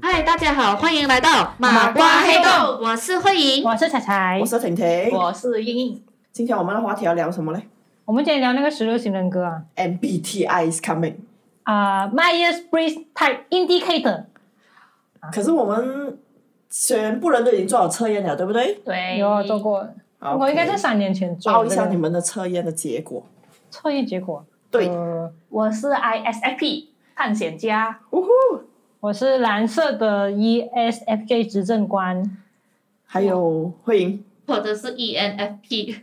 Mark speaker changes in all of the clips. Speaker 1: 嗨，大家好，欢迎来到
Speaker 2: 麻瓜黑洞，
Speaker 1: 我是慧莹。
Speaker 2: 我是彩彩
Speaker 3: 我，是婷婷，
Speaker 2: 我是英英。
Speaker 3: 今天我们的话题要聊什么嘞
Speaker 2: 我们今天聊那个十六型人格啊，
Speaker 3: ？MBTI is coming。
Speaker 2: 啊、m y e r s Briggs Type Indicator，啊
Speaker 3: 可是我们全部人都已经做好测验了，对不对？
Speaker 4: 对，
Speaker 2: 有做过，我应该在
Speaker 3: OK
Speaker 2: 三年前做
Speaker 3: 报一
Speaker 2: 这
Speaker 3: 下
Speaker 2: 个
Speaker 3: 你们的测验的结果。
Speaker 2: 测验结果。
Speaker 3: 对，
Speaker 2: 呃，
Speaker 4: 我是 ISFP 探险家，
Speaker 3: 呜呼，
Speaker 2: 我是蓝色的 ESFJ 执政官，
Speaker 3: 还有慧莹
Speaker 1: 或者是 E ENFP，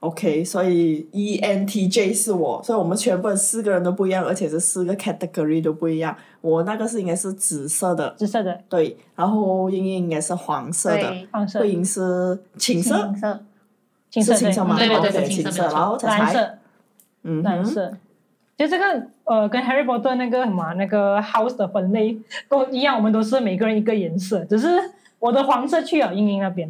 Speaker 3: ，OK，所以 E ENTJ 是我，所以我们全部人四个人都不一样，而且这四个 category 都不一样。我那个是应该是紫色的，
Speaker 2: 紫色的
Speaker 3: 对，然后英英应该是黄色的，
Speaker 1: 对，
Speaker 2: 放射
Speaker 3: 慧，莹是青色
Speaker 4: 青，色，
Speaker 2: 青色
Speaker 3: 是青色吗？
Speaker 1: 对对对
Speaker 3: OK，
Speaker 1: 是青色
Speaker 3: 青
Speaker 1: 没
Speaker 3: 色，
Speaker 1: 错
Speaker 3: 然后彩
Speaker 2: 蓝
Speaker 3: 彩，
Speaker 2: 色，
Speaker 3: 嗯哼
Speaker 2: 蓝色。就这个呃，跟 Harry Potter 那个什么啊那个 House 的分类都一样，我们都是每个人一个颜色，只是我的黄色去了英英那 边，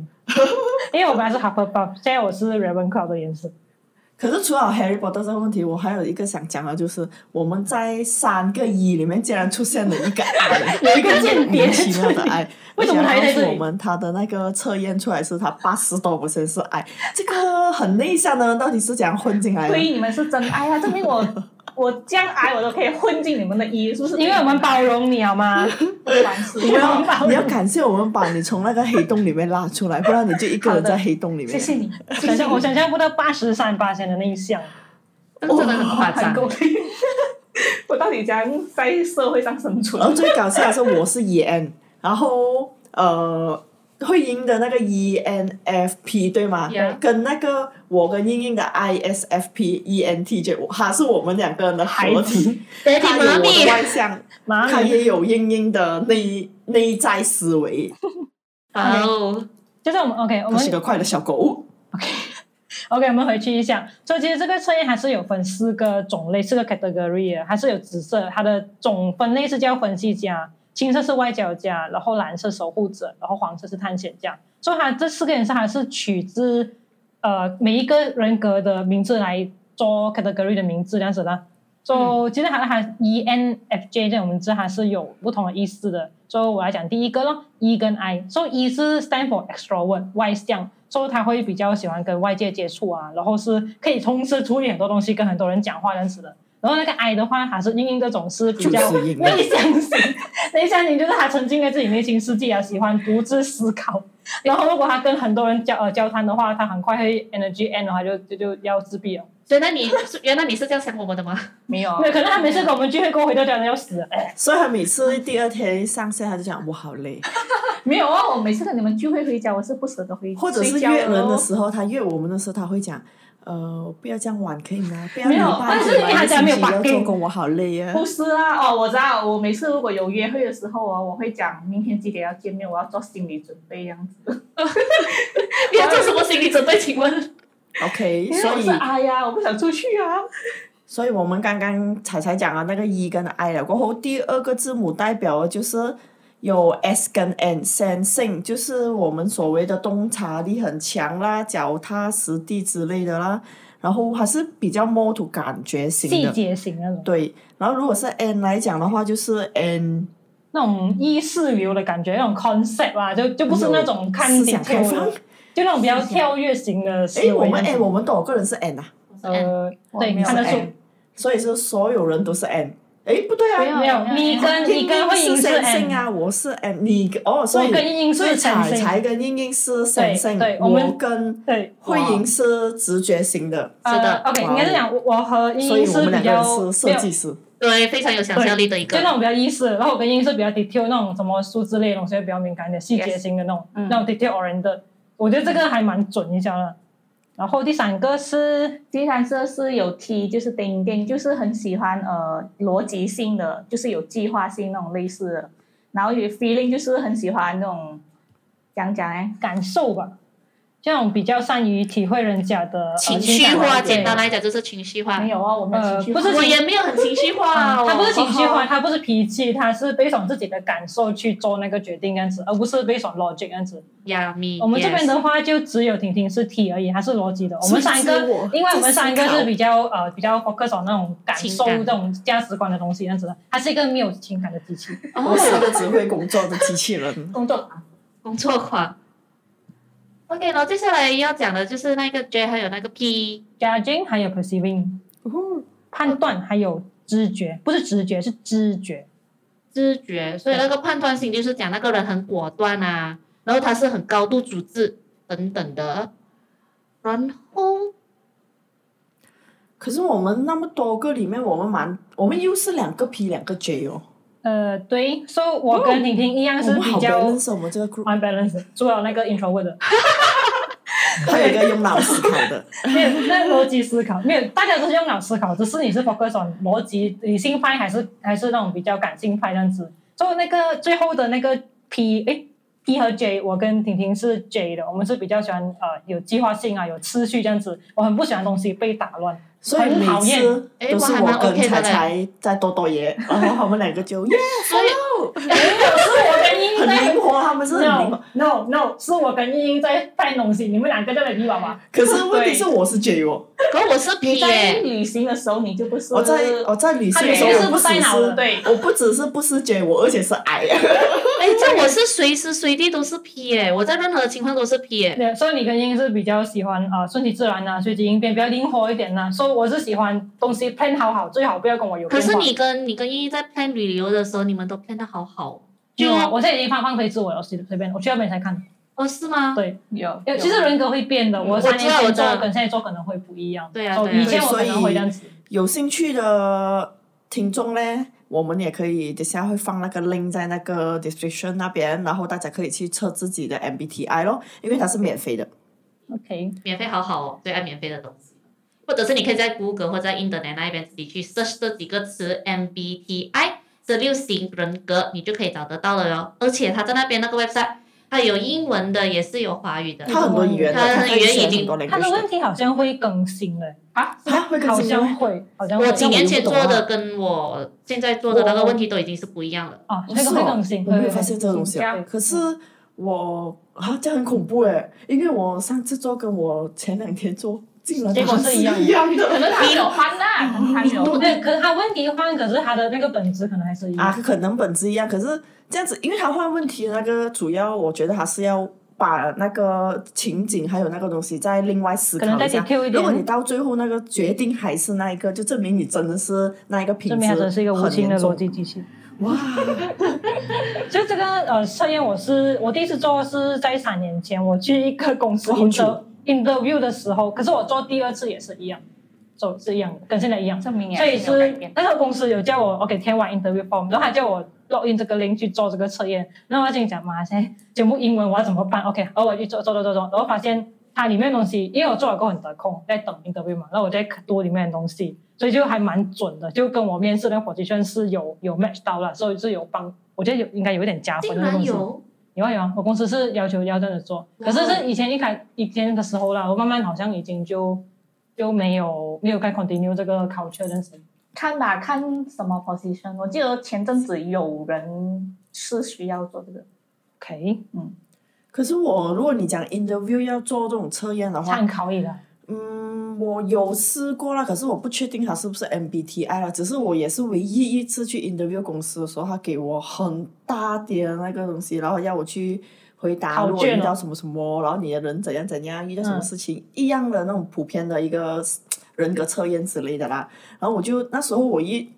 Speaker 2: 因为我本来是 Hufflepuff，现在我是 Ravenclaw 的颜色。
Speaker 3: 可是除了 Harry Potter 这个问题，我还有一个想讲的，就是我们在三个一里面竟然出现了一个 I，
Speaker 2: 有一个间谍
Speaker 3: 莫名其妙的 I，
Speaker 2: 为什么他
Speaker 3: 而
Speaker 2: 还
Speaker 3: 且
Speaker 2: 在这里
Speaker 3: 告诉我们他的那个测验出来是他八十多 p e 是 I，这个很内向的人到底是怎样混进来的
Speaker 4: 对？于你们是真爱啊！证 明我我这样爱我都可以混进你们的衣，是不是？
Speaker 2: 因为我们包容你好 吗？
Speaker 4: 完事，
Speaker 3: 你要你要感谢我们把你从那个黑洞里面拉出来，不然你就一个人在黑 洞里面。
Speaker 4: 谢谢你，
Speaker 2: 想象我想象不到八十三八千的那一项，
Speaker 1: 这真的很夸张
Speaker 4: 很。够力。我到底怎样在社会上生存
Speaker 3: 然？后最搞笑的是，我是 EN，然后呃，慧英的那个 E ENFP 对吗
Speaker 1: Yeah
Speaker 3: 跟那个我跟英英的 ISFP ENTJ，我他是我们两个人的合体，
Speaker 1: 爹
Speaker 3: 他
Speaker 1: 地
Speaker 3: 有
Speaker 1: 妈
Speaker 3: 我的
Speaker 1: 咪，
Speaker 3: 外向，
Speaker 2: 妈
Speaker 3: 他
Speaker 2: 咪，
Speaker 3: 也有英英的内内在思维，
Speaker 1: 哦，
Speaker 2: 就是我们 OK，我
Speaker 3: 他
Speaker 2: 们
Speaker 3: 是个快乐小狗。
Speaker 2: OK，我们回去一下。所以其实这个测验还是有分四个种类，四个 category，的还是有紫色，它的总分类是叫分析家，青色是外交家，然后蓝色守护者，然后黄色是探险家。所以它这四个颜色还是取自呃每一个人格的名字来做 category 的名字这样子啦。就、其实还还，E ENFJ 这种名字还是有不同的意思的。所、以我来讲第一个咯，E 跟 I。所、以 E 是 stand for extrovert 外向，所、以他会比较喜欢跟外界接触啊，然后是可以同时处理很多东西，跟很多人讲话这样子的。然后那个 I 的话，还是英英这种是比较
Speaker 3: 就是英英
Speaker 2: 内向型，内向型就是他沉浸在自己内心世界啊，喜欢独自思考。然后如果他跟很多人交呃交谈的话，他很快会 energy end 的话就就就要自闭了。
Speaker 1: 原来你是原来你是这样想我们的吗？
Speaker 4: 没有
Speaker 2: 没有，可能他每次跟我们聚会过后回到家人要死了。哎，
Speaker 3: 所以他每次第二天上线，他就讲我 好累，
Speaker 4: 没有啊！我每次跟你们聚会回家，我是不舍得回，
Speaker 3: 或者是
Speaker 4: 睡觉
Speaker 3: 约人
Speaker 4: 哦
Speaker 3: 的时候，他约我们的时候，他会讲。呃，不要这样晚可以吗？不要
Speaker 2: 没
Speaker 3: 礼
Speaker 2: 有
Speaker 3: 拜
Speaker 2: 但是
Speaker 3: 几晚
Speaker 2: 他讲没有
Speaker 3: 星期一要
Speaker 2: bargain
Speaker 3: 做工，我好累呀、
Speaker 4: 不是啊，哦，我知道，我每次如果有约会的时候哦，我会讲明天几点要见面，我要做心理准备这样子。
Speaker 1: 你要做什么心理准备？请问？
Speaker 3: OK，
Speaker 4: 因为
Speaker 3: 所
Speaker 4: 我
Speaker 3: 以
Speaker 4: 是哎呀，我不想出去啊。
Speaker 3: 所以我们刚刚彩彩讲了那个 E 跟 I 了，过后第二个字母代表的就是有 S 跟 N，sensing 就是我们所谓的洞察力很强啦、脚踏实地之类的啦，然后还是比较 more to 感觉型
Speaker 2: 细
Speaker 3: 的。
Speaker 2: 节型那种，
Speaker 3: 对，然后如果是 N 来讲的话，就是 N
Speaker 2: 那种意识流的感觉，那种 concept 啊，就就不是那种看
Speaker 3: 思想
Speaker 2: detail
Speaker 3: 开放
Speaker 2: 的。就那种比较跳跃型的思
Speaker 3: 诶，
Speaker 2: 维。
Speaker 3: 我们诶，我们都有个人是 N 啊，
Speaker 2: 呃，对，
Speaker 4: 没有
Speaker 2: 看得出
Speaker 3: N 所以是所有人都是 N。诶，不对啊，
Speaker 2: 没有？
Speaker 4: 哎没有
Speaker 2: 你跟 你跟慧
Speaker 3: 是
Speaker 2: 英是
Speaker 3: sensing
Speaker 2: N，
Speaker 3: 啊，我是 N，你哦，所以
Speaker 2: 我跟英英是
Speaker 3: 所以彩
Speaker 2: sensing
Speaker 3: 彩跟英英是 sensing，
Speaker 2: 对我们
Speaker 3: 我跟
Speaker 2: 对，
Speaker 3: 慧莹是直觉型的，
Speaker 2: 呃
Speaker 1: 是的
Speaker 2: OK，
Speaker 3: 哇哦
Speaker 2: 应该是讲我我和英
Speaker 3: 所以
Speaker 2: 英
Speaker 3: 我们
Speaker 2: 比
Speaker 3: 两个人
Speaker 2: 较
Speaker 3: 是
Speaker 2: 没
Speaker 3: 设
Speaker 2: 有
Speaker 3: 计师。
Speaker 1: 对，非常有想象力的一
Speaker 2: 就那
Speaker 1: 个。
Speaker 2: 种比较意思，然后我跟英是比较 detail 那种什么数字类的东西会比较敏感一点，细节型的那种
Speaker 4: 嗯
Speaker 2: 那种 detail oriented，我觉得这个还蛮准一下的。然后第三个是
Speaker 4: 第三色是有 T，就是丁丁，就是很喜欢呃逻辑性的，就是有计划性那种类似的。然后有 feeling 就是很喜欢那种，讲讲哎，
Speaker 2: 感受吧，这种比较善于体会人家的呃
Speaker 1: 情绪
Speaker 2: 感
Speaker 1: 化，
Speaker 2: 的
Speaker 1: 简单来讲就是情绪化
Speaker 4: 没。有啊，我们
Speaker 2: 呃
Speaker 4: 情绪。
Speaker 2: 不是
Speaker 1: 我
Speaker 2: 情
Speaker 1: 也没有很情绪化
Speaker 2: 啊
Speaker 1: 哦，
Speaker 2: 他不是情绪化，
Speaker 1: 哦，
Speaker 2: 他不是脾气，他是 based on 自己的感受去做那个决定这样子，而不是 based on logic 这样子。
Speaker 1: 呀咪。
Speaker 2: 我们这边
Speaker 1: yes
Speaker 2: 的话就只有婷婷是 T 而已，她是逻辑的。我们三
Speaker 3: 是
Speaker 2: 个
Speaker 3: 自我，
Speaker 2: 因为我们三个
Speaker 3: 自思
Speaker 2: 是
Speaker 3: 考
Speaker 2: 比较呃比较 focus on 那种感受、
Speaker 1: 情感
Speaker 2: 这种价值观的东西这样子的。她是一个没有情感的机器。
Speaker 3: 我是一
Speaker 1: 哦，
Speaker 3: 个只会工作的机器人
Speaker 2: 哦
Speaker 4: 工作狂
Speaker 1: 工作狂。OK，然后接下来要讲的就是那个 J 还有那个 P，
Speaker 2: judging 还有 perceiving，判
Speaker 3: 哦
Speaker 2: 断还有知觉，不是直觉是知觉。
Speaker 1: 知觉，所以那个判断型就是讲那个人很果断啊，然后他是很高度组织等等的。然后
Speaker 3: 可是我们那么多个里面，我们蛮，我们又是两个 P 两个 J 哦，
Speaker 2: 呃，对，所、以我跟婷婷一样
Speaker 3: 我
Speaker 2: 是
Speaker 3: 们
Speaker 2: 比
Speaker 3: 好
Speaker 2: 较
Speaker 3: balance 哦我们这个 group，
Speaker 2: unbalanced，除了那个 introvert 的，
Speaker 3: 还有一个用脑思考的，
Speaker 2: 没有那逻辑思考，没有，大家都是用脑思考，只是你是 focus on 逻辑理性派还是还是那种比较感性派这样子。所以那个最后的那个 P，哎，P 和 J，我跟婷婷是 J 的，我们是比较喜欢呃有计划性啊，有次序这样子。我很不喜欢东西被打乱。
Speaker 3: 所以每
Speaker 2: 很讨厌
Speaker 3: 次
Speaker 1: 哎
Speaker 3: 都
Speaker 1: 我
Speaker 3: 是
Speaker 1: 还
Speaker 3: 我
Speaker 1: 蛮 OK
Speaker 3: 跟
Speaker 1: 的
Speaker 3: 彩
Speaker 1: 嘞
Speaker 3: 彩在多多爷，然后他们两 个就耶，
Speaker 1: 所以
Speaker 2: 是我跟英英
Speaker 3: 很
Speaker 2: 在
Speaker 3: 灵活，他们是很灵活
Speaker 2: no。no no，是我跟英英在翻东西，你们两个在那里玩吧。
Speaker 3: 可是问题是我是 J 哦，
Speaker 1: 可我是 P
Speaker 4: 你在
Speaker 1: 耶、
Speaker 4: 旅行的时候，你就不是
Speaker 3: 我在我在旅行的时候，
Speaker 1: 他
Speaker 2: 旅行
Speaker 3: 我不
Speaker 2: 是不带
Speaker 3: 只
Speaker 2: 脑
Speaker 3: 是
Speaker 2: 的
Speaker 4: 对
Speaker 3: 我不只是不是 J，我而且是 I。
Speaker 1: 哎，这我是随时随地都是 P 耶、我在任何情况都是 P 耶、
Speaker 2: 对，所以你跟英英是比较喜欢啊、呃顺其自然呐、随机应变，比较灵活一点呐、所以我是喜欢东西 plan 好好，最好不要跟我有
Speaker 1: 可
Speaker 2: 变化。
Speaker 1: 是你跟你跟依依在 plan 旅游的时候，你们都 plan 的好好哦，
Speaker 2: 没
Speaker 1: 就
Speaker 2: 有啊，我现在已经放放飞自我了，随随便，我去那边才看。
Speaker 1: 哦是吗？
Speaker 2: 对，
Speaker 4: 有
Speaker 2: 呃其实人格会变的，
Speaker 4: 嗯
Speaker 2: 我三年
Speaker 1: 我知道
Speaker 2: 前
Speaker 1: 我知
Speaker 2: 做
Speaker 1: 道
Speaker 2: 跟现在做可能会不一样。
Speaker 1: 对啊
Speaker 2: 哦
Speaker 1: 对啊
Speaker 2: 以前我可
Speaker 3: 对所
Speaker 2: 能
Speaker 3: 以
Speaker 2: 会这样子。
Speaker 3: 有兴趣的听众呢，我们也可以等下会放那个 link 在那个 description 那边，然后大家可以去测自己的 MBTI 咯，因为它是免费的。
Speaker 2: OK，
Speaker 1: 免费好好哦，最爱免费的东西。或者是你可以在 Google 或者在 Internet 那一边自己去 search 这几个词 MBTI 十六型人格，你就可以找得到了哟。而且它在那边那个 website，它有英文的，也是有华语的。
Speaker 3: 它很多语言的，
Speaker 1: 它很
Speaker 3: 它可以学很多
Speaker 2: 他的
Speaker 3: language
Speaker 2: 问
Speaker 3: 的。
Speaker 2: 题好像会更新嘞，
Speaker 4: 啊，
Speaker 3: 它会
Speaker 2: 好
Speaker 3: 更新
Speaker 2: 像
Speaker 3: 吗？
Speaker 2: 会，好像会
Speaker 1: 我几年前做
Speaker 3: 那我就不懂
Speaker 1: 的跟我现在做的那个问题都已经是不一样了。
Speaker 2: 啊，那
Speaker 3: 是
Speaker 2: 个会
Speaker 3: 哦
Speaker 2: 更嗯新，
Speaker 3: 我
Speaker 2: 对
Speaker 3: 没有
Speaker 2: 对
Speaker 3: 发现这个东西啊
Speaker 2: 对。
Speaker 3: 可是我啊，这样很恐怖诶，因为我上次做跟我前两天做，竟然
Speaker 2: 结果是
Speaker 3: 是
Speaker 2: 一样的
Speaker 3: 一样
Speaker 4: 可
Speaker 3: 的
Speaker 4: 能他没有换啦，可能他没有换。
Speaker 2: 对，可是他问题换，可是他的那个本质可能还是一样。
Speaker 3: 啊，可能本质一样，可是这样子，因为他换问题的那个主要，我觉得还是要把那个情景还有那个东西再另外思
Speaker 2: 可能
Speaker 3: 考
Speaker 2: 再
Speaker 3: 一下
Speaker 2: detail 一。点
Speaker 3: 如果你到最后那个决定还是那一个，就证明你真的是那一个品
Speaker 2: 啊证
Speaker 3: 质
Speaker 2: 明它真是一个无
Speaker 3: 很
Speaker 2: 情
Speaker 3: 严
Speaker 2: 的逻
Speaker 3: 重。
Speaker 2: 辑机器。
Speaker 3: 哇，
Speaker 2: 就这个呃测验，我是我第一次做是在三年前，我去一个公司
Speaker 3: 哇好久
Speaker 2: inter interview 的时候，可是我做第二次也是一样，做是一样的，跟现在一样。
Speaker 4: 证明也
Speaker 2: 所以
Speaker 4: 是没有改
Speaker 2: 是
Speaker 4: 变。
Speaker 2: 那个公司有叫我 OK 填完 interview form，然后他叫我 log in 这个 link 去做这个测验，然后我心里讲嘛，现在全部英文我要怎么办？OK，然后我就做做做做做，然后发现它里面的东西，因为我做了过很得空，在等 interview 嘛，然后我在读里面的东西，所以就还蛮准的，就跟我面试那个 position 是有有 match 到了，所以是有帮，我觉得有应该有一点加分
Speaker 1: 竟
Speaker 2: 的东
Speaker 1: 然
Speaker 2: 西。
Speaker 1: 有，
Speaker 2: 有啊有啊，我公司是要求要这样子做，可是是以前一开以前的时候啦，我慢慢好像已经就就没有没有该 continue 这个 culture 认识。
Speaker 4: 看吧，看什么 position。我记得前阵子有人是需要做这个，
Speaker 2: OK，
Speaker 3: 可是我如果你讲 interview 要做这种测验的话
Speaker 2: 参，考一下。
Speaker 3: 嗯，我有试过啦，可是我不确定它是不是 MBTI 啦，只是我也是唯一一次去 interview 公司的时候，他给我很大叠的那个东西，然后要我去回答，
Speaker 2: 考
Speaker 3: 如果
Speaker 2: 卷
Speaker 3: 遇
Speaker 2: 哦
Speaker 3: 到什么什么，然后你的人怎样怎样，遇到什么
Speaker 2: 嗯
Speaker 3: 事情，一样的那种普遍的一个人格测验之类的啦。然后我就那时候我一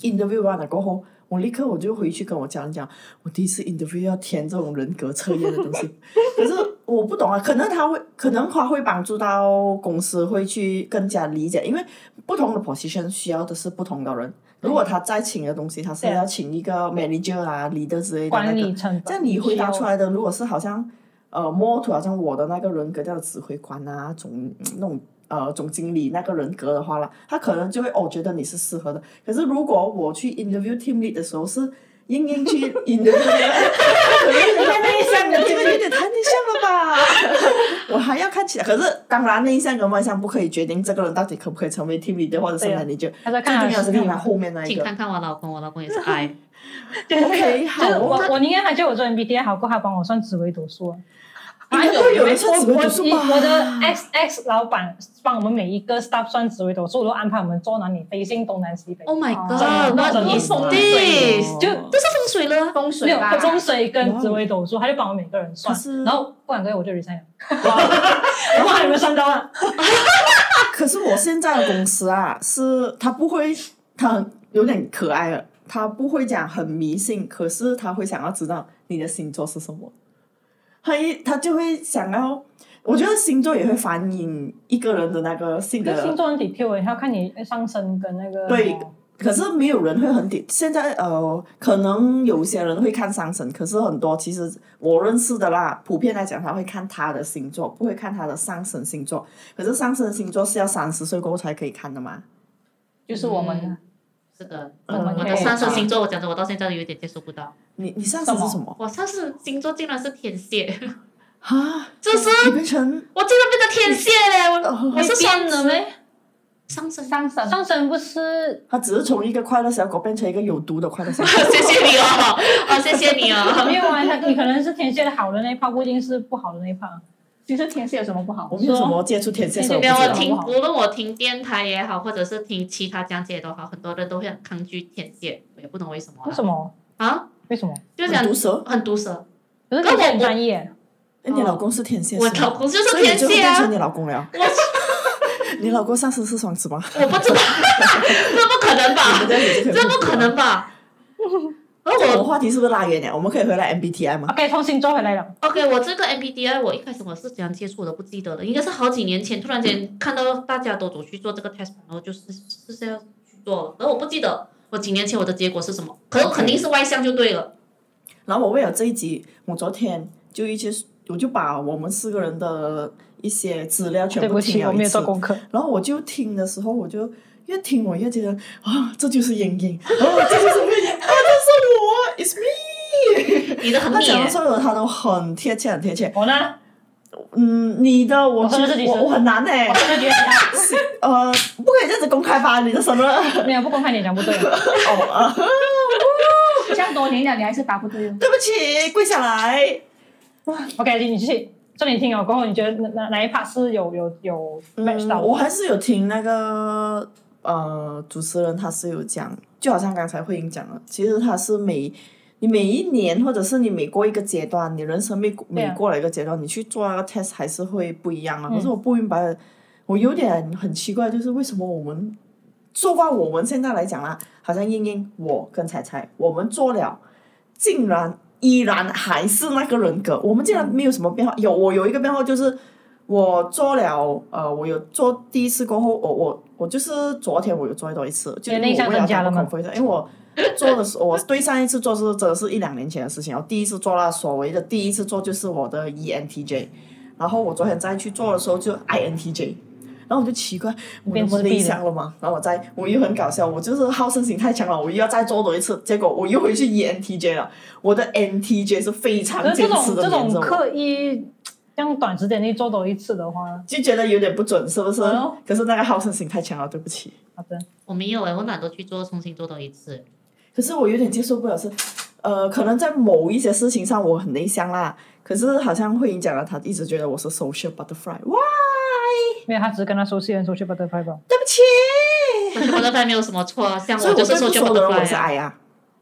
Speaker 3: interview 完了过后，我立刻我就回去跟我家人讲，我第一次 interview 要填这种人格测验的东西， 可是我不懂啊，可能他会，可能他会帮助到公司会去更加理解，因为不同的 position 需要的是不同的人。如果他再请的东西，他是
Speaker 2: 对啊
Speaker 3: 要请一个 manager 啊、leader 之类的那
Speaker 2: 管理
Speaker 3: 个，
Speaker 2: 成本，
Speaker 3: 这样你回答出
Speaker 2: 需
Speaker 3: 来的，如果是好像呃 more to 好像我的那个人格叫指挥官啊，总那种呃总经理那个人格的话啦，他可能就会哦觉得你是适合的。可是如果我去 interview team lead 的时候是硬硬去引的这个，太内向了，这个有点太内向了吧？我还要看起来，可是当然内向跟外向不可以决定这个人到底可不可以成为 team leader 或者是
Speaker 2: 对啊
Speaker 3: manager，最
Speaker 2: 他在看
Speaker 3: 重要
Speaker 2: 他
Speaker 3: 是看他后面那一
Speaker 1: 请
Speaker 3: 个。
Speaker 1: 看看我老公，我老公也是 I，
Speaker 3: OK，
Speaker 2: 就
Speaker 3: 好
Speaker 2: 是我
Speaker 3: 哦，
Speaker 2: 我宁愿他叫我做 MBTI 好过他帮我算紫微斗数啊。
Speaker 3: 应该会有人算紫微斗数吧
Speaker 2: 我我的 X X 老板帮我们每一个 staff 算紫微斗数，都安排我们坐哪里飞，信东南西北。
Speaker 1: Oh my
Speaker 2: 哦
Speaker 1: god！What
Speaker 2: 这
Speaker 1: is
Speaker 2: 种
Speaker 1: this？
Speaker 2: 就
Speaker 1: 这是风水了。
Speaker 4: 风
Speaker 2: 没
Speaker 4: 水
Speaker 2: 有
Speaker 4: 吧，
Speaker 2: 风水跟紫微斗数，他就帮我每个人算
Speaker 3: 哦可是，
Speaker 2: 然后过两个月我就 resign 了。 然后还没有算到啊？
Speaker 3: 可是我现在的公司啊，是他不会，他有点可爱了，他不会讲很迷信，可是他会想要知道你的星座是什么，他一他就会想要，我觉得星座也会反映一个人的那个性
Speaker 2: 这
Speaker 3: 格。
Speaker 2: 星座很 detail 诶，他要看你上升跟那个
Speaker 3: 对
Speaker 2: 什么
Speaker 3: 可是没有人会很顶，现在呃，可能有些人会看上升，可是很多其实我认识的啦，普遍来讲他会看他的星座，不会看他的上升星座。可是上升星座是要三十岁过后才可以看的嘛？
Speaker 4: 就是我们
Speaker 1: 嗯是的，
Speaker 4: 我
Speaker 3: 嗯
Speaker 4: 们
Speaker 1: 我
Speaker 4: 可
Speaker 1: 的
Speaker 4: 以
Speaker 1: 上升
Speaker 4: 看
Speaker 1: 星座，我讲着我到现在都有点接受不到。
Speaker 3: 你你上升是什么？
Speaker 1: 我上升星座竟然是天蝎，
Speaker 3: 啊，
Speaker 1: 就是
Speaker 3: 你变成
Speaker 1: 我竟然变成天蝎嘞！我
Speaker 3: 哦
Speaker 1: 我是双
Speaker 4: 变
Speaker 1: 子
Speaker 4: 了没？
Speaker 1: 上升，
Speaker 4: 上升
Speaker 2: 上升不是
Speaker 3: 他啊只是从一个快乐小狗变成一个有毒的快乐小 狗。
Speaker 1: 谢谢你哦，哦谢谢 你哦。
Speaker 2: 没有啊，他你可能是天蝎的好的那一 part，不一定是不好的那一 part。
Speaker 4: 其实天蝎有什么不好
Speaker 3: 我？没有什么接触天蝎，所以我
Speaker 1: 没有，
Speaker 3: 不知
Speaker 1: 我
Speaker 3: 道
Speaker 1: 听，
Speaker 2: 好不
Speaker 1: 无论我听电台也好，或者是听其他讲解也都好，很多人都会很抗拒天蝎，我也不懂为什么
Speaker 2: 为
Speaker 1: 啦。
Speaker 2: 什么？
Speaker 1: 啊？
Speaker 2: 为什么？
Speaker 1: 就
Speaker 3: 很
Speaker 1: 讲
Speaker 3: 毒舌。
Speaker 1: 很毒舌。
Speaker 2: 可是天蝎很专业，
Speaker 3: 哎，你老公是天蝎是
Speaker 1: 我
Speaker 3: 吗？
Speaker 1: 老公就是
Speaker 3: 所以你
Speaker 1: 天
Speaker 3: 就会
Speaker 1: 蝎
Speaker 3: 变
Speaker 1: 啊
Speaker 3: 成！你老公了。 你老公上升是双子吗？
Speaker 1: 我不知道，这不可能吧？ 这不可能吧？而
Speaker 3: 我们
Speaker 1: 我
Speaker 3: 话题是不是拉远了？我们可以回来 MBTI 吗？
Speaker 2: OK，从星座回来了，
Speaker 1: OK，我这个 MBTI 我一开始我是怎样接触我都不记得了，应该是好几年前突然间看到大家都走去做这个 test，然后就是是这样去做了，而我不记得我几年前我的结果是什么，可能
Speaker 3: OK
Speaker 1: 肯定是外向就对了。
Speaker 3: 然后我为了这一集，我昨天就一起，我就把我们四个人的一些资料 全
Speaker 2: 对
Speaker 3: 部
Speaker 2: 不
Speaker 3: 听
Speaker 2: 起，
Speaker 3: 了
Speaker 2: 我
Speaker 3: 一次。
Speaker 2: 没有做功课。
Speaker 3: 然后我就听的时候，我就越听我越觉得啊，这就是 英英，然后这就是英英，啊，这是我，it's me。
Speaker 1: 你的很
Speaker 3: 他
Speaker 1: 你
Speaker 3: 讲的
Speaker 1: 耶，
Speaker 3: 所有的他都很贴切，很贴切。
Speaker 2: 我呢，
Speaker 3: 嗯，你的我
Speaker 2: 我
Speaker 3: 其
Speaker 2: 真的是
Speaker 3: 实
Speaker 2: 女
Speaker 3: 我
Speaker 2: 生
Speaker 3: 我很难哎、
Speaker 2: 我真的觉得其
Speaker 3: 呃，不可以这样子公开吧？你的什么？
Speaker 2: 他没有不公开你讲不 对，
Speaker 3: 哦啊，
Speaker 4: 这样多年了，你还是答不对哦。
Speaker 3: 对不起，跪下来。
Speaker 2: OK，你继续。这里听了哦过后，你觉得哪哪哪一 part 是有有有 match 到？
Speaker 3: 我还是有听那个呃主持人，他是有讲，就好像刚才慧英讲了，其实他是每你每一年，或者是你每过一个阶段，你人生每
Speaker 2: 对
Speaker 3: 每
Speaker 2: 啊
Speaker 3: 过了一个阶段，你去做那个 test 还是会不一样啊。
Speaker 2: 嗯
Speaker 3: 可是我不明白，我有点很奇怪，就是为什么我们做到我们现在来讲啦，好像英英我跟彩彩，我们做了，竟然依然还是那个人格，我们竟然没有什么
Speaker 2: 嗯
Speaker 3: 变化。有我有一个变化就是。我做了，呃，我有做第一次过后，我我我就是昨天我有做多一次，就
Speaker 2: 你
Speaker 3: 是
Speaker 2: 的内向
Speaker 3: 我为了
Speaker 2: 增加了吗
Speaker 3: 口因为我做的时候，我对上一次做是真的是一两年前的事情，我第一次做啦，所谓的第一次做就是我的 E ENTJ，然后我昨天再去做的时候就 INTJ。然后我就奇怪，我
Speaker 2: 变自闭了
Speaker 3: 内向了吗？然后我再，我又很搞笑，我就是好胜心太强了，我又要再做多一次，结果我又回去 E ENTJ 了。我的 NTJ 是非常
Speaker 2: 可是
Speaker 3: 坚
Speaker 2: 这种
Speaker 3: 持的
Speaker 2: 这
Speaker 3: 黏
Speaker 2: 种
Speaker 3: 着我，
Speaker 2: 刻意这样短时间内做多一次的话，
Speaker 3: 就觉得有点不准，是不是？
Speaker 2: 哦
Speaker 3: 可是那个好胜心太强了，对不起。
Speaker 2: 好的，
Speaker 1: 我没有哎，我懒得去做，重新做多一次。
Speaker 3: 可是我有点接受不了是，呃，可能在某一些事情上我很内向啦，可是好像慧颖讲了，她一直觉得我是 social butterfly。哇，
Speaker 2: 没有，他只是跟他说 C N 说去 butterfly 吧。
Speaker 3: 对不
Speaker 1: 我
Speaker 3: 起。
Speaker 1: 觉得没有什么错，啊
Speaker 2: 啊
Speaker 1: 像
Speaker 3: 所以
Speaker 1: 我
Speaker 3: 我
Speaker 1: 就
Speaker 3: 对
Speaker 1: 是
Speaker 3: 不
Speaker 1: 说
Speaker 3: 熟
Speaker 1: 不
Speaker 3: 的
Speaker 1: 得
Speaker 3: 人我是
Speaker 1: 了。
Speaker 3: 爱啊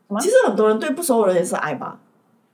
Speaker 2: 什。么
Speaker 3: 其实很多人对不熟的人也是爱吧，